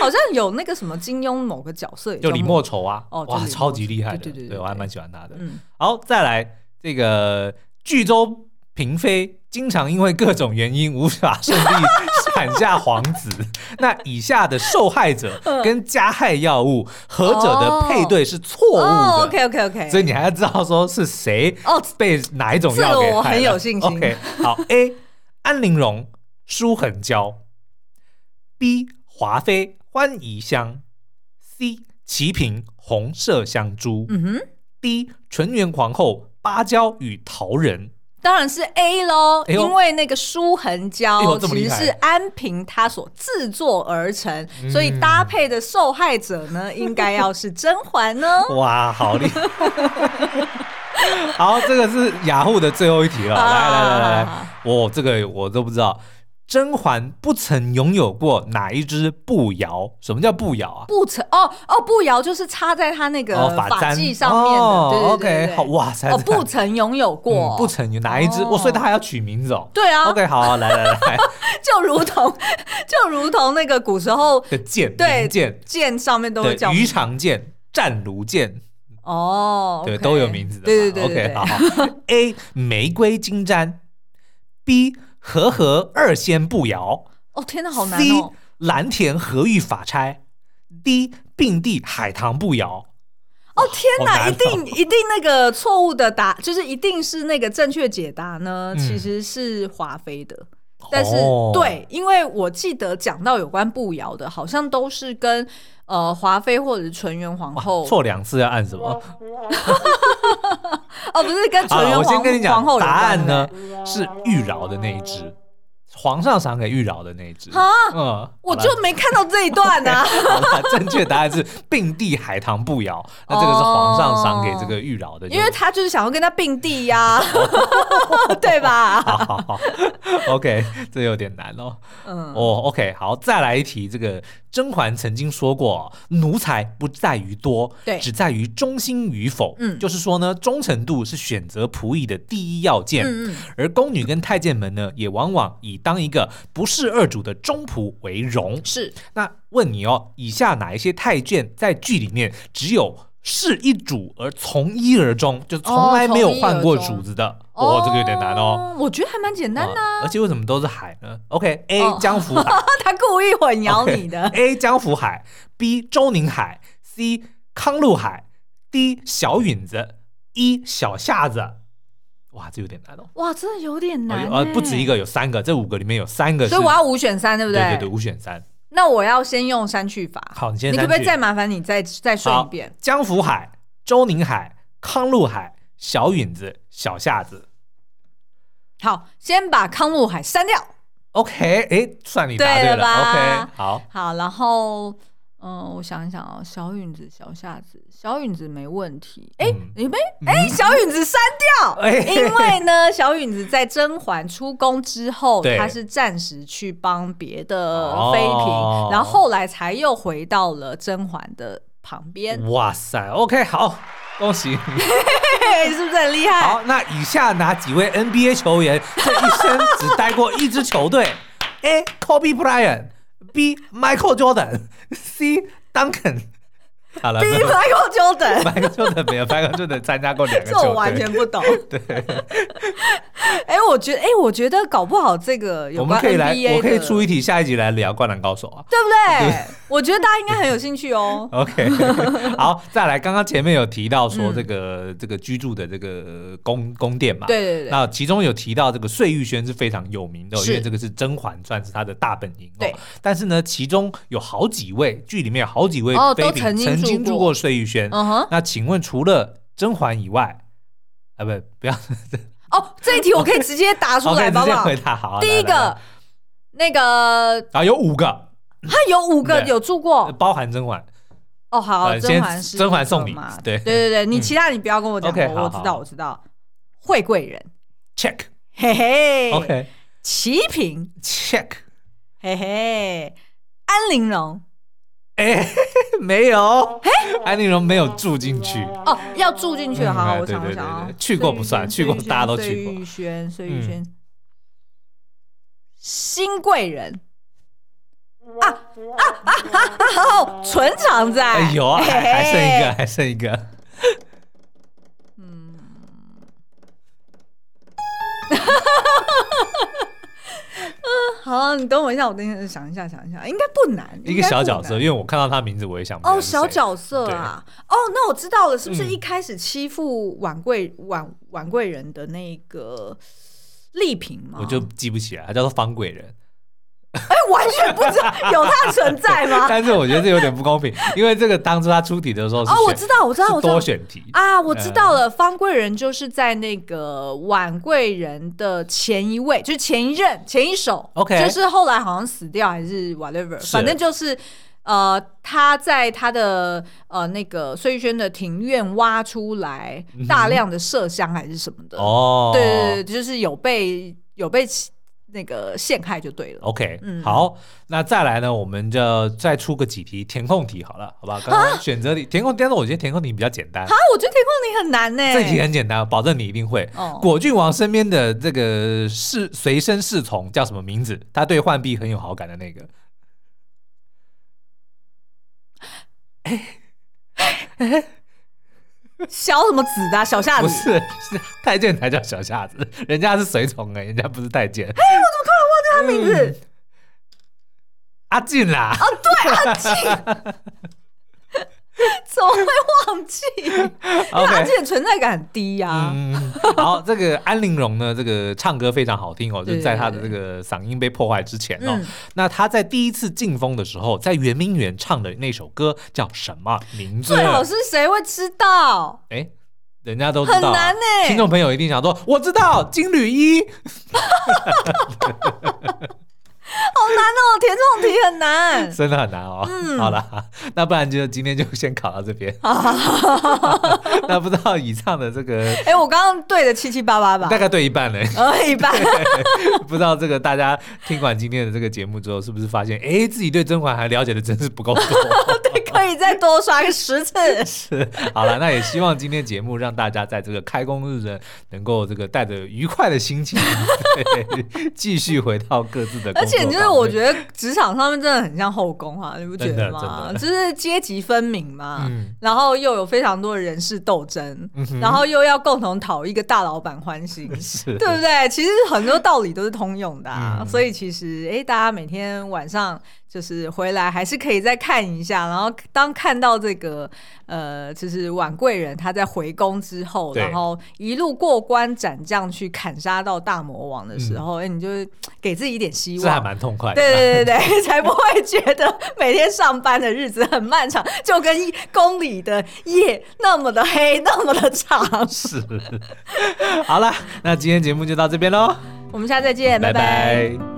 [SPEAKER 2] 好像有那个什么金庸某个角色也叫
[SPEAKER 1] 就李莫愁啊，
[SPEAKER 2] 哦就李
[SPEAKER 1] 哇，
[SPEAKER 2] 莫愁
[SPEAKER 1] 超级厉害的，
[SPEAKER 2] 对对对对
[SPEAKER 1] 我还
[SPEAKER 2] 对
[SPEAKER 1] 蛮喜欢他的。
[SPEAKER 2] 嗯，
[SPEAKER 1] 好，再来这个剧州嫔妃经常因为各种原因无法顺利产下皇
[SPEAKER 2] <laughs>
[SPEAKER 1] 子，那以下的受害者
[SPEAKER 2] 嗯
[SPEAKER 1] 跟加害药物何者的配对是错误的。
[SPEAKER 2] 哦，OK OK OK，
[SPEAKER 1] 所以你还要知道说是谁
[SPEAKER 2] 哦
[SPEAKER 1] <laughs> 被哪一种药给
[SPEAKER 2] 这个我
[SPEAKER 1] 害了
[SPEAKER 2] 很有信心
[SPEAKER 1] OK，好，A 安陵容、舒痕娇，B 华妃、欢宜香，C 齐嫔、红麝香珠。
[SPEAKER 2] 嗯哼，
[SPEAKER 1] D 纯元皇后芭蕉与桃仁，
[SPEAKER 2] 当然是 A 喽，
[SPEAKER 1] 哎呦
[SPEAKER 2] 因为那个舒痕
[SPEAKER 1] 哎
[SPEAKER 2] 胶
[SPEAKER 1] 呦这么
[SPEAKER 2] 其
[SPEAKER 1] 厉
[SPEAKER 2] 实
[SPEAKER 1] 害
[SPEAKER 2] 是安平他所制作而成，
[SPEAKER 1] 嗯
[SPEAKER 2] 所以搭配的受害者呢，应该要是甄嬛哦呢。
[SPEAKER 1] <laughs> 哇，好厉害！好，这个是雅虎的最后一题了，
[SPEAKER 2] 啊
[SPEAKER 1] 来来来来来，我、这个我都不知道。甄嬛不曾拥有过哪一只步摇？什么叫步摇啊？
[SPEAKER 2] 不成哦哦，步摇就是插在他那个
[SPEAKER 1] 哦，
[SPEAKER 2] 发
[SPEAKER 1] 簪
[SPEAKER 2] 髻上面的，
[SPEAKER 1] 哦
[SPEAKER 2] 对对对对
[SPEAKER 1] OK，好，哇塞，
[SPEAKER 2] 哦，
[SPEAKER 1] 这
[SPEAKER 2] 不曾拥有过，
[SPEAKER 1] 嗯不曾有哪一只？
[SPEAKER 2] 哦
[SPEAKER 1] 我、所以他还要取名字哦。
[SPEAKER 2] 对啊
[SPEAKER 1] OK，好，好来来来， <laughs>
[SPEAKER 2] 就如同就如同那个古时候
[SPEAKER 1] 的剑，
[SPEAKER 2] 对
[SPEAKER 1] 名剑，
[SPEAKER 2] 剑上面都会
[SPEAKER 1] 对
[SPEAKER 2] 叫，
[SPEAKER 1] 鱼肠剑、战卢剑，
[SPEAKER 2] 哦
[SPEAKER 1] 对
[SPEAKER 2] OK
[SPEAKER 1] 都有名字的嘛。
[SPEAKER 2] 对对对对
[SPEAKER 1] OK，好好。A 玫瑰金簪，B 和合二仙步摇
[SPEAKER 2] 哦天哪，好难
[SPEAKER 1] ，C
[SPEAKER 2] 哦。
[SPEAKER 1] 蓝田和玉法钗，D 并蒂海棠步摇。
[SPEAKER 2] 哦天
[SPEAKER 1] 好
[SPEAKER 2] 哪，
[SPEAKER 1] 难
[SPEAKER 2] 一
[SPEAKER 1] 哦
[SPEAKER 2] 定一定那个错误的答，就是一定是那个正确解答呢，
[SPEAKER 1] 嗯
[SPEAKER 2] 其实是华妃的。但是、
[SPEAKER 1] 哦
[SPEAKER 2] 对，因为我记得讲到有关步摇的，好像都是跟呃华妃或者是纯元皇后
[SPEAKER 1] 错两次要按什么？
[SPEAKER 2] 哦，不是跟
[SPEAKER 1] 好
[SPEAKER 2] 纯
[SPEAKER 1] 了，
[SPEAKER 2] 元皇
[SPEAKER 1] 啊我先跟你
[SPEAKER 2] 皇
[SPEAKER 1] 讲
[SPEAKER 2] 后，有
[SPEAKER 1] 答
[SPEAKER 2] 关
[SPEAKER 1] 案
[SPEAKER 2] 的
[SPEAKER 1] 呢是玉娆的那一只，皇上赏给玉娆的那一只。
[SPEAKER 2] 啊
[SPEAKER 1] 嗯，
[SPEAKER 2] 我
[SPEAKER 1] 好了 <laughs>
[SPEAKER 2] 就没看到这一段啊。
[SPEAKER 1] 好啦，正确答案是并蒂海棠步摇。那这个是皇上赏给这个玉娆的，
[SPEAKER 2] <laughs> 因为他就是想要跟他并
[SPEAKER 1] <laughs>
[SPEAKER 2] 蒂呀、对吧？
[SPEAKER 1] 好好好，OK，这有点难哦。
[SPEAKER 2] 嗯，
[SPEAKER 1] 哦、o k 好，再来一题。这个甄嬛曾经说过，奴才不在于多，
[SPEAKER 2] 对
[SPEAKER 1] 只在于忠心与否。
[SPEAKER 2] 嗯
[SPEAKER 1] 就是说呢，忠诚度是选择仆役的第一要件。
[SPEAKER 2] 嗯嗯
[SPEAKER 1] 而宫女跟太监们呢，也往往以当一个不侍二主的忠仆为荣。
[SPEAKER 2] 是
[SPEAKER 1] 那问你哦，以下哪一些太监在剧里面只有侍一主而从一而终，就从
[SPEAKER 2] 哦
[SPEAKER 1] 来没有换过主子的？哦，这个有点难哦。。
[SPEAKER 2] 我觉得还蛮简单的、
[SPEAKER 1] 啊而且为什么都是海呢？OK，A
[SPEAKER 2] 哦 <laughs>
[SPEAKER 1] 江福海
[SPEAKER 2] 他故意混淆你的。
[SPEAKER 1] ，OK，A 江福海，B 周宁海 C 康禄海，D 小允子，E 小夏子。哇，这有点难哦。
[SPEAKER 2] 哇，真的有点难、欸。
[SPEAKER 1] 呃，不止一个，有三个，这五个里面有三个是。
[SPEAKER 2] 所以我要五选三，对不
[SPEAKER 1] 对
[SPEAKER 2] 对？
[SPEAKER 1] 对对，五选三。
[SPEAKER 2] 那我要先用删去法。
[SPEAKER 1] 好，你先
[SPEAKER 2] 你
[SPEAKER 1] 删去。
[SPEAKER 2] 可不可以再麻烦你再再说一遍
[SPEAKER 1] 好？江福海、周宁海、康禄海、小允子、小夏子。
[SPEAKER 2] 好，先把康禄海删掉。
[SPEAKER 1] OK，哎，算你答对
[SPEAKER 2] 对了吧
[SPEAKER 1] OK，好，
[SPEAKER 2] 好，然后嗯、呃我想一想哦，小允子、小夏子，小允子没问题。哎、
[SPEAKER 1] 嗯
[SPEAKER 2] 你没哎、小允子删掉，
[SPEAKER 1] <laughs> 哎
[SPEAKER 2] 因为呢，小允子在甄嬛出宫之后，
[SPEAKER 1] 对
[SPEAKER 2] 她是暂时去帮别的
[SPEAKER 1] 哦
[SPEAKER 2] 妃嫔，然后后来才又回到了甄嬛的旁边。
[SPEAKER 1] 哇塞，OK，好，恭喜。
[SPEAKER 2] 嘿， <laughs> 是不是很厉害？
[SPEAKER 1] 好，那以下哪几位 NBA 球员这一生只待过一支球队？A. Kobe Bryant，B. Michael Jordan，C. Duncan。好 <laughs> 了
[SPEAKER 2] 第一
[SPEAKER 1] ，Michael
[SPEAKER 2] 排我就
[SPEAKER 1] <laughs>
[SPEAKER 2] 等，
[SPEAKER 1] Jordan 没有，Michael Jordan 参加过两个
[SPEAKER 2] 这我
[SPEAKER 1] 球
[SPEAKER 2] 完
[SPEAKER 1] 队
[SPEAKER 2] 全。
[SPEAKER 1] <laughs>
[SPEAKER 2] 不懂。对，哎，我觉得，哎，我觉得搞不好这个有
[SPEAKER 1] 我们
[SPEAKER 2] 关
[SPEAKER 1] 可以来，
[SPEAKER 2] NBA
[SPEAKER 1] 我可以
[SPEAKER 2] 的
[SPEAKER 1] 出一题，下一集来聊《灌篮高手》啊。。
[SPEAKER 2] 对不对？我觉得大家应该很有兴趣哦
[SPEAKER 1] OK，好，
[SPEAKER 2] <laughs>
[SPEAKER 1] 再来。刚刚前面有提到说
[SPEAKER 2] 嗯
[SPEAKER 1] 这个、这个居住的这个宫宫殿嘛，
[SPEAKER 2] 对对对对，
[SPEAKER 1] 那其中有提到这个碎玉轩是非常有名的哦，
[SPEAKER 2] 是
[SPEAKER 1] 因为这个是甄嬛算是她的大本营、哦。
[SPEAKER 2] 对，
[SPEAKER 1] 但是呢，其中有好几位剧里面有好几位
[SPEAKER 2] 哦
[SPEAKER 1] 妃
[SPEAKER 2] 都
[SPEAKER 1] 嫔
[SPEAKER 2] 曾经
[SPEAKER 1] 曾
[SPEAKER 2] 住
[SPEAKER 1] 经住
[SPEAKER 2] 过
[SPEAKER 1] 过碎玉轩。
[SPEAKER 2] 嗯哼，
[SPEAKER 1] 那请问除了甄嬛以外，啊不不要，
[SPEAKER 2] 哦，这一题我可以直接答出
[SPEAKER 1] 好， <laughs>
[SPEAKER 2] 来，
[SPEAKER 1] 直
[SPEAKER 2] 好不
[SPEAKER 1] 接
[SPEAKER 2] 好
[SPEAKER 1] 回？答好。
[SPEAKER 2] 第
[SPEAKER 1] 来来
[SPEAKER 2] 一
[SPEAKER 1] 来
[SPEAKER 2] 个，那个
[SPEAKER 1] 啊有五个，
[SPEAKER 2] 他有五个
[SPEAKER 1] 对
[SPEAKER 2] 有住过
[SPEAKER 1] 包含甄嬛。
[SPEAKER 2] 哦，好，
[SPEAKER 1] 呃
[SPEAKER 2] 甄
[SPEAKER 1] 先
[SPEAKER 2] 嬛是
[SPEAKER 1] 甄嬛
[SPEAKER 2] 一个
[SPEAKER 1] 送礼
[SPEAKER 2] 嘛，
[SPEAKER 1] 对
[SPEAKER 2] 对对对，你
[SPEAKER 1] 嗯
[SPEAKER 2] 其他你不要跟我讲
[SPEAKER 1] OK，，好
[SPEAKER 2] 我知道
[SPEAKER 1] 好
[SPEAKER 2] 我知道，惠贵人，
[SPEAKER 1] Check
[SPEAKER 2] 嘿嘿
[SPEAKER 1] OK
[SPEAKER 2] 齐嫔，
[SPEAKER 1] check，
[SPEAKER 2] 嘿嘿，安陵容， <laughs>
[SPEAKER 1] 哎 <laughs> 没有，安陵容没有住进去。
[SPEAKER 2] 哦，要住进去了，
[SPEAKER 1] 嗯
[SPEAKER 2] 好好，
[SPEAKER 1] 哎
[SPEAKER 2] 我
[SPEAKER 1] 对
[SPEAKER 2] 想我
[SPEAKER 1] 对
[SPEAKER 2] 想
[SPEAKER 1] 对
[SPEAKER 2] 啊
[SPEAKER 1] 对，去过不算
[SPEAKER 2] 碎玉
[SPEAKER 1] 去过
[SPEAKER 2] 轩
[SPEAKER 1] 大家都
[SPEAKER 2] 碎
[SPEAKER 1] 去过
[SPEAKER 2] 玉轩，碎玉
[SPEAKER 1] 嗯
[SPEAKER 2] 轩，新贵人啊啊啊啊啊！哦，纯常在，
[SPEAKER 1] 哎有啊，还还剩一个，
[SPEAKER 2] 嘿，
[SPEAKER 1] 还剩一个。
[SPEAKER 2] 嗯，嗯，好啊，你等我一下，我等一下想一下，想一下，应该不难，
[SPEAKER 1] 一
[SPEAKER 2] 应
[SPEAKER 1] 个
[SPEAKER 2] 该
[SPEAKER 1] 小
[SPEAKER 2] 不
[SPEAKER 1] 角色，
[SPEAKER 2] 难
[SPEAKER 1] 因为我看到他名字我也想不起来
[SPEAKER 2] 哦，
[SPEAKER 1] 是
[SPEAKER 2] 小
[SPEAKER 1] 谁
[SPEAKER 2] 角色啊，哦，那我知道了，是不
[SPEAKER 1] 嗯
[SPEAKER 2] 是一开始欺负婉贵婉婉贵人的那个丽嫔吗？
[SPEAKER 1] 我就记不起来，他叫做方贵人。
[SPEAKER 2] 哎、完全不知道有她的存在 <laughs> 吗？
[SPEAKER 1] 但是 <laughs> 我觉得这有点不公平，因为这个当初他出题的时候是
[SPEAKER 2] 哦，我
[SPEAKER 1] 选
[SPEAKER 2] 知道，我知道，我
[SPEAKER 1] 是
[SPEAKER 2] 知道
[SPEAKER 1] 多选题，
[SPEAKER 2] 啊，我知道
[SPEAKER 1] 呃
[SPEAKER 2] 了，方贵人就是在那个婉贵人的前一位，就是前一任、前一手
[SPEAKER 1] OK
[SPEAKER 2] 就是后来好像死掉还是 whatever，
[SPEAKER 1] 是
[SPEAKER 2] 反正就是。呃，他在他的呃那个碎玉轩的庭院挖出来大量的麝香还是什么
[SPEAKER 1] 嗯
[SPEAKER 2] 的，
[SPEAKER 1] 哦，
[SPEAKER 2] 对对对，就是有被有被其那个陷害就对了。
[SPEAKER 1] OK，、
[SPEAKER 2] 嗯
[SPEAKER 1] 好，那再来呢，我们就再出个几题填空题好了，好吧？刚刚选择题填空，但是我觉得填空题比较简单
[SPEAKER 2] 啊，，我觉得填空题很难呢、
[SPEAKER 1] 这题很简单，保证你一定会。
[SPEAKER 2] 哎哦
[SPEAKER 1] 果郡王身边的这个侍随身侍从叫什么名字？他对浣碧很有好感的那个。
[SPEAKER 2] 小什么子的啊、小夏
[SPEAKER 1] 不，
[SPEAKER 2] 子
[SPEAKER 1] 是， <laughs> 是太监才叫小夏子， <laughs> 人家是随从哎，人家不是太监。嗯
[SPEAKER 2] 他名字、
[SPEAKER 1] 阿进啦，
[SPEAKER 2] 怎么会忘记？因为哦阿
[SPEAKER 1] OK
[SPEAKER 2] 健存在感很低呀、
[SPEAKER 1] 嗯，好，这个安陵容呢，这个唱歌非常好听哦，就
[SPEAKER 2] 对
[SPEAKER 1] 是在她的这个嗓音被破坏之前哦。
[SPEAKER 2] 嗯
[SPEAKER 1] 那她在第一次进封的时候，在圆明园唱的那首歌叫什么名字？
[SPEAKER 2] 最好是谁会知道？
[SPEAKER 1] 哎，人家都知道啊、
[SPEAKER 2] 很难欸
[SPEAKER 1] 听众朋友一定想说，我知道金缕衣，
[SPEAKER 2] 好难哦，
[SPEAKER 1] <laughs>
[SPEAKER 2] 填这种题很难。
[SPEAKER 1] 真的很难哦。
[SPEAKER 2] 嗯
[SPEAKER 1] 好了， <laughs> 那不然就今天就先考到这边。 <laughs> 那不知道以上的这个
[SPEAKER 2] 哎、我刚刚对的七七八八吧
[SPEAKER 1] 大，概对一半了。
[SPEAKER 2] 呃，一般。
[SPEAKER 1] <laughs> 不知道这个大家听完今天的这个节目之后，是不是发现，哎，自己对甄嬛还了解的真是不够多？ <laughs>
[SPEAKER 2] 可以再多刷个十次。
[SPEAKER 1] 是，好了，那也希望今天节目让大家在这个开工日呢，能够这个带着愉快的心情，对继续回到各自的工作岗位。
[SPEAKER 2] <laughs> 而且就是我觉得职场上面真的很像后宫啊，你不觉得吗？
[SPEAKER 1] 真的
[SPEAKER 2] 就是阶级分明嘛，
[SPEAKER 1] 嗯
[SPEAKER 2] 然后又有非常多的人事斗争，然后又要共同讨一个大老板欢心。
[SPEAKER 1] <laughs> 是，
[SPEAKER 2] 对不对？其实很多道理都是通用的、啊，
[SPEAKER 1] 嗯
[SPEAKER 2] 所以其实哎，诶大家每天晚上就是回来还是可以再看一下。然后当看到这个呃，就是婉贵人他在回宫之后，
[SPEAKER 1] 对
[SPEAKER 2] 然后一路过关斩将去砍杀到大魔王的时候，哎、你就给自己一点希
[SPEAKER 1] 嗯这还
[SPEAKER 2] 望。
[SPEAKER 1] 蛮痛快的。
[SPEAKER 2] 对对对对 <laughs> 对，才不会觉得每天上班的日子很漫长，就跟一公里的夜那么的黑，那么的长。
[SPEAKER 1] <laughs> 是。好了，那今天节目就到这边喽，
[SPEAKER 2] 我们下次再见，拜
[SPEAKER 1] 拜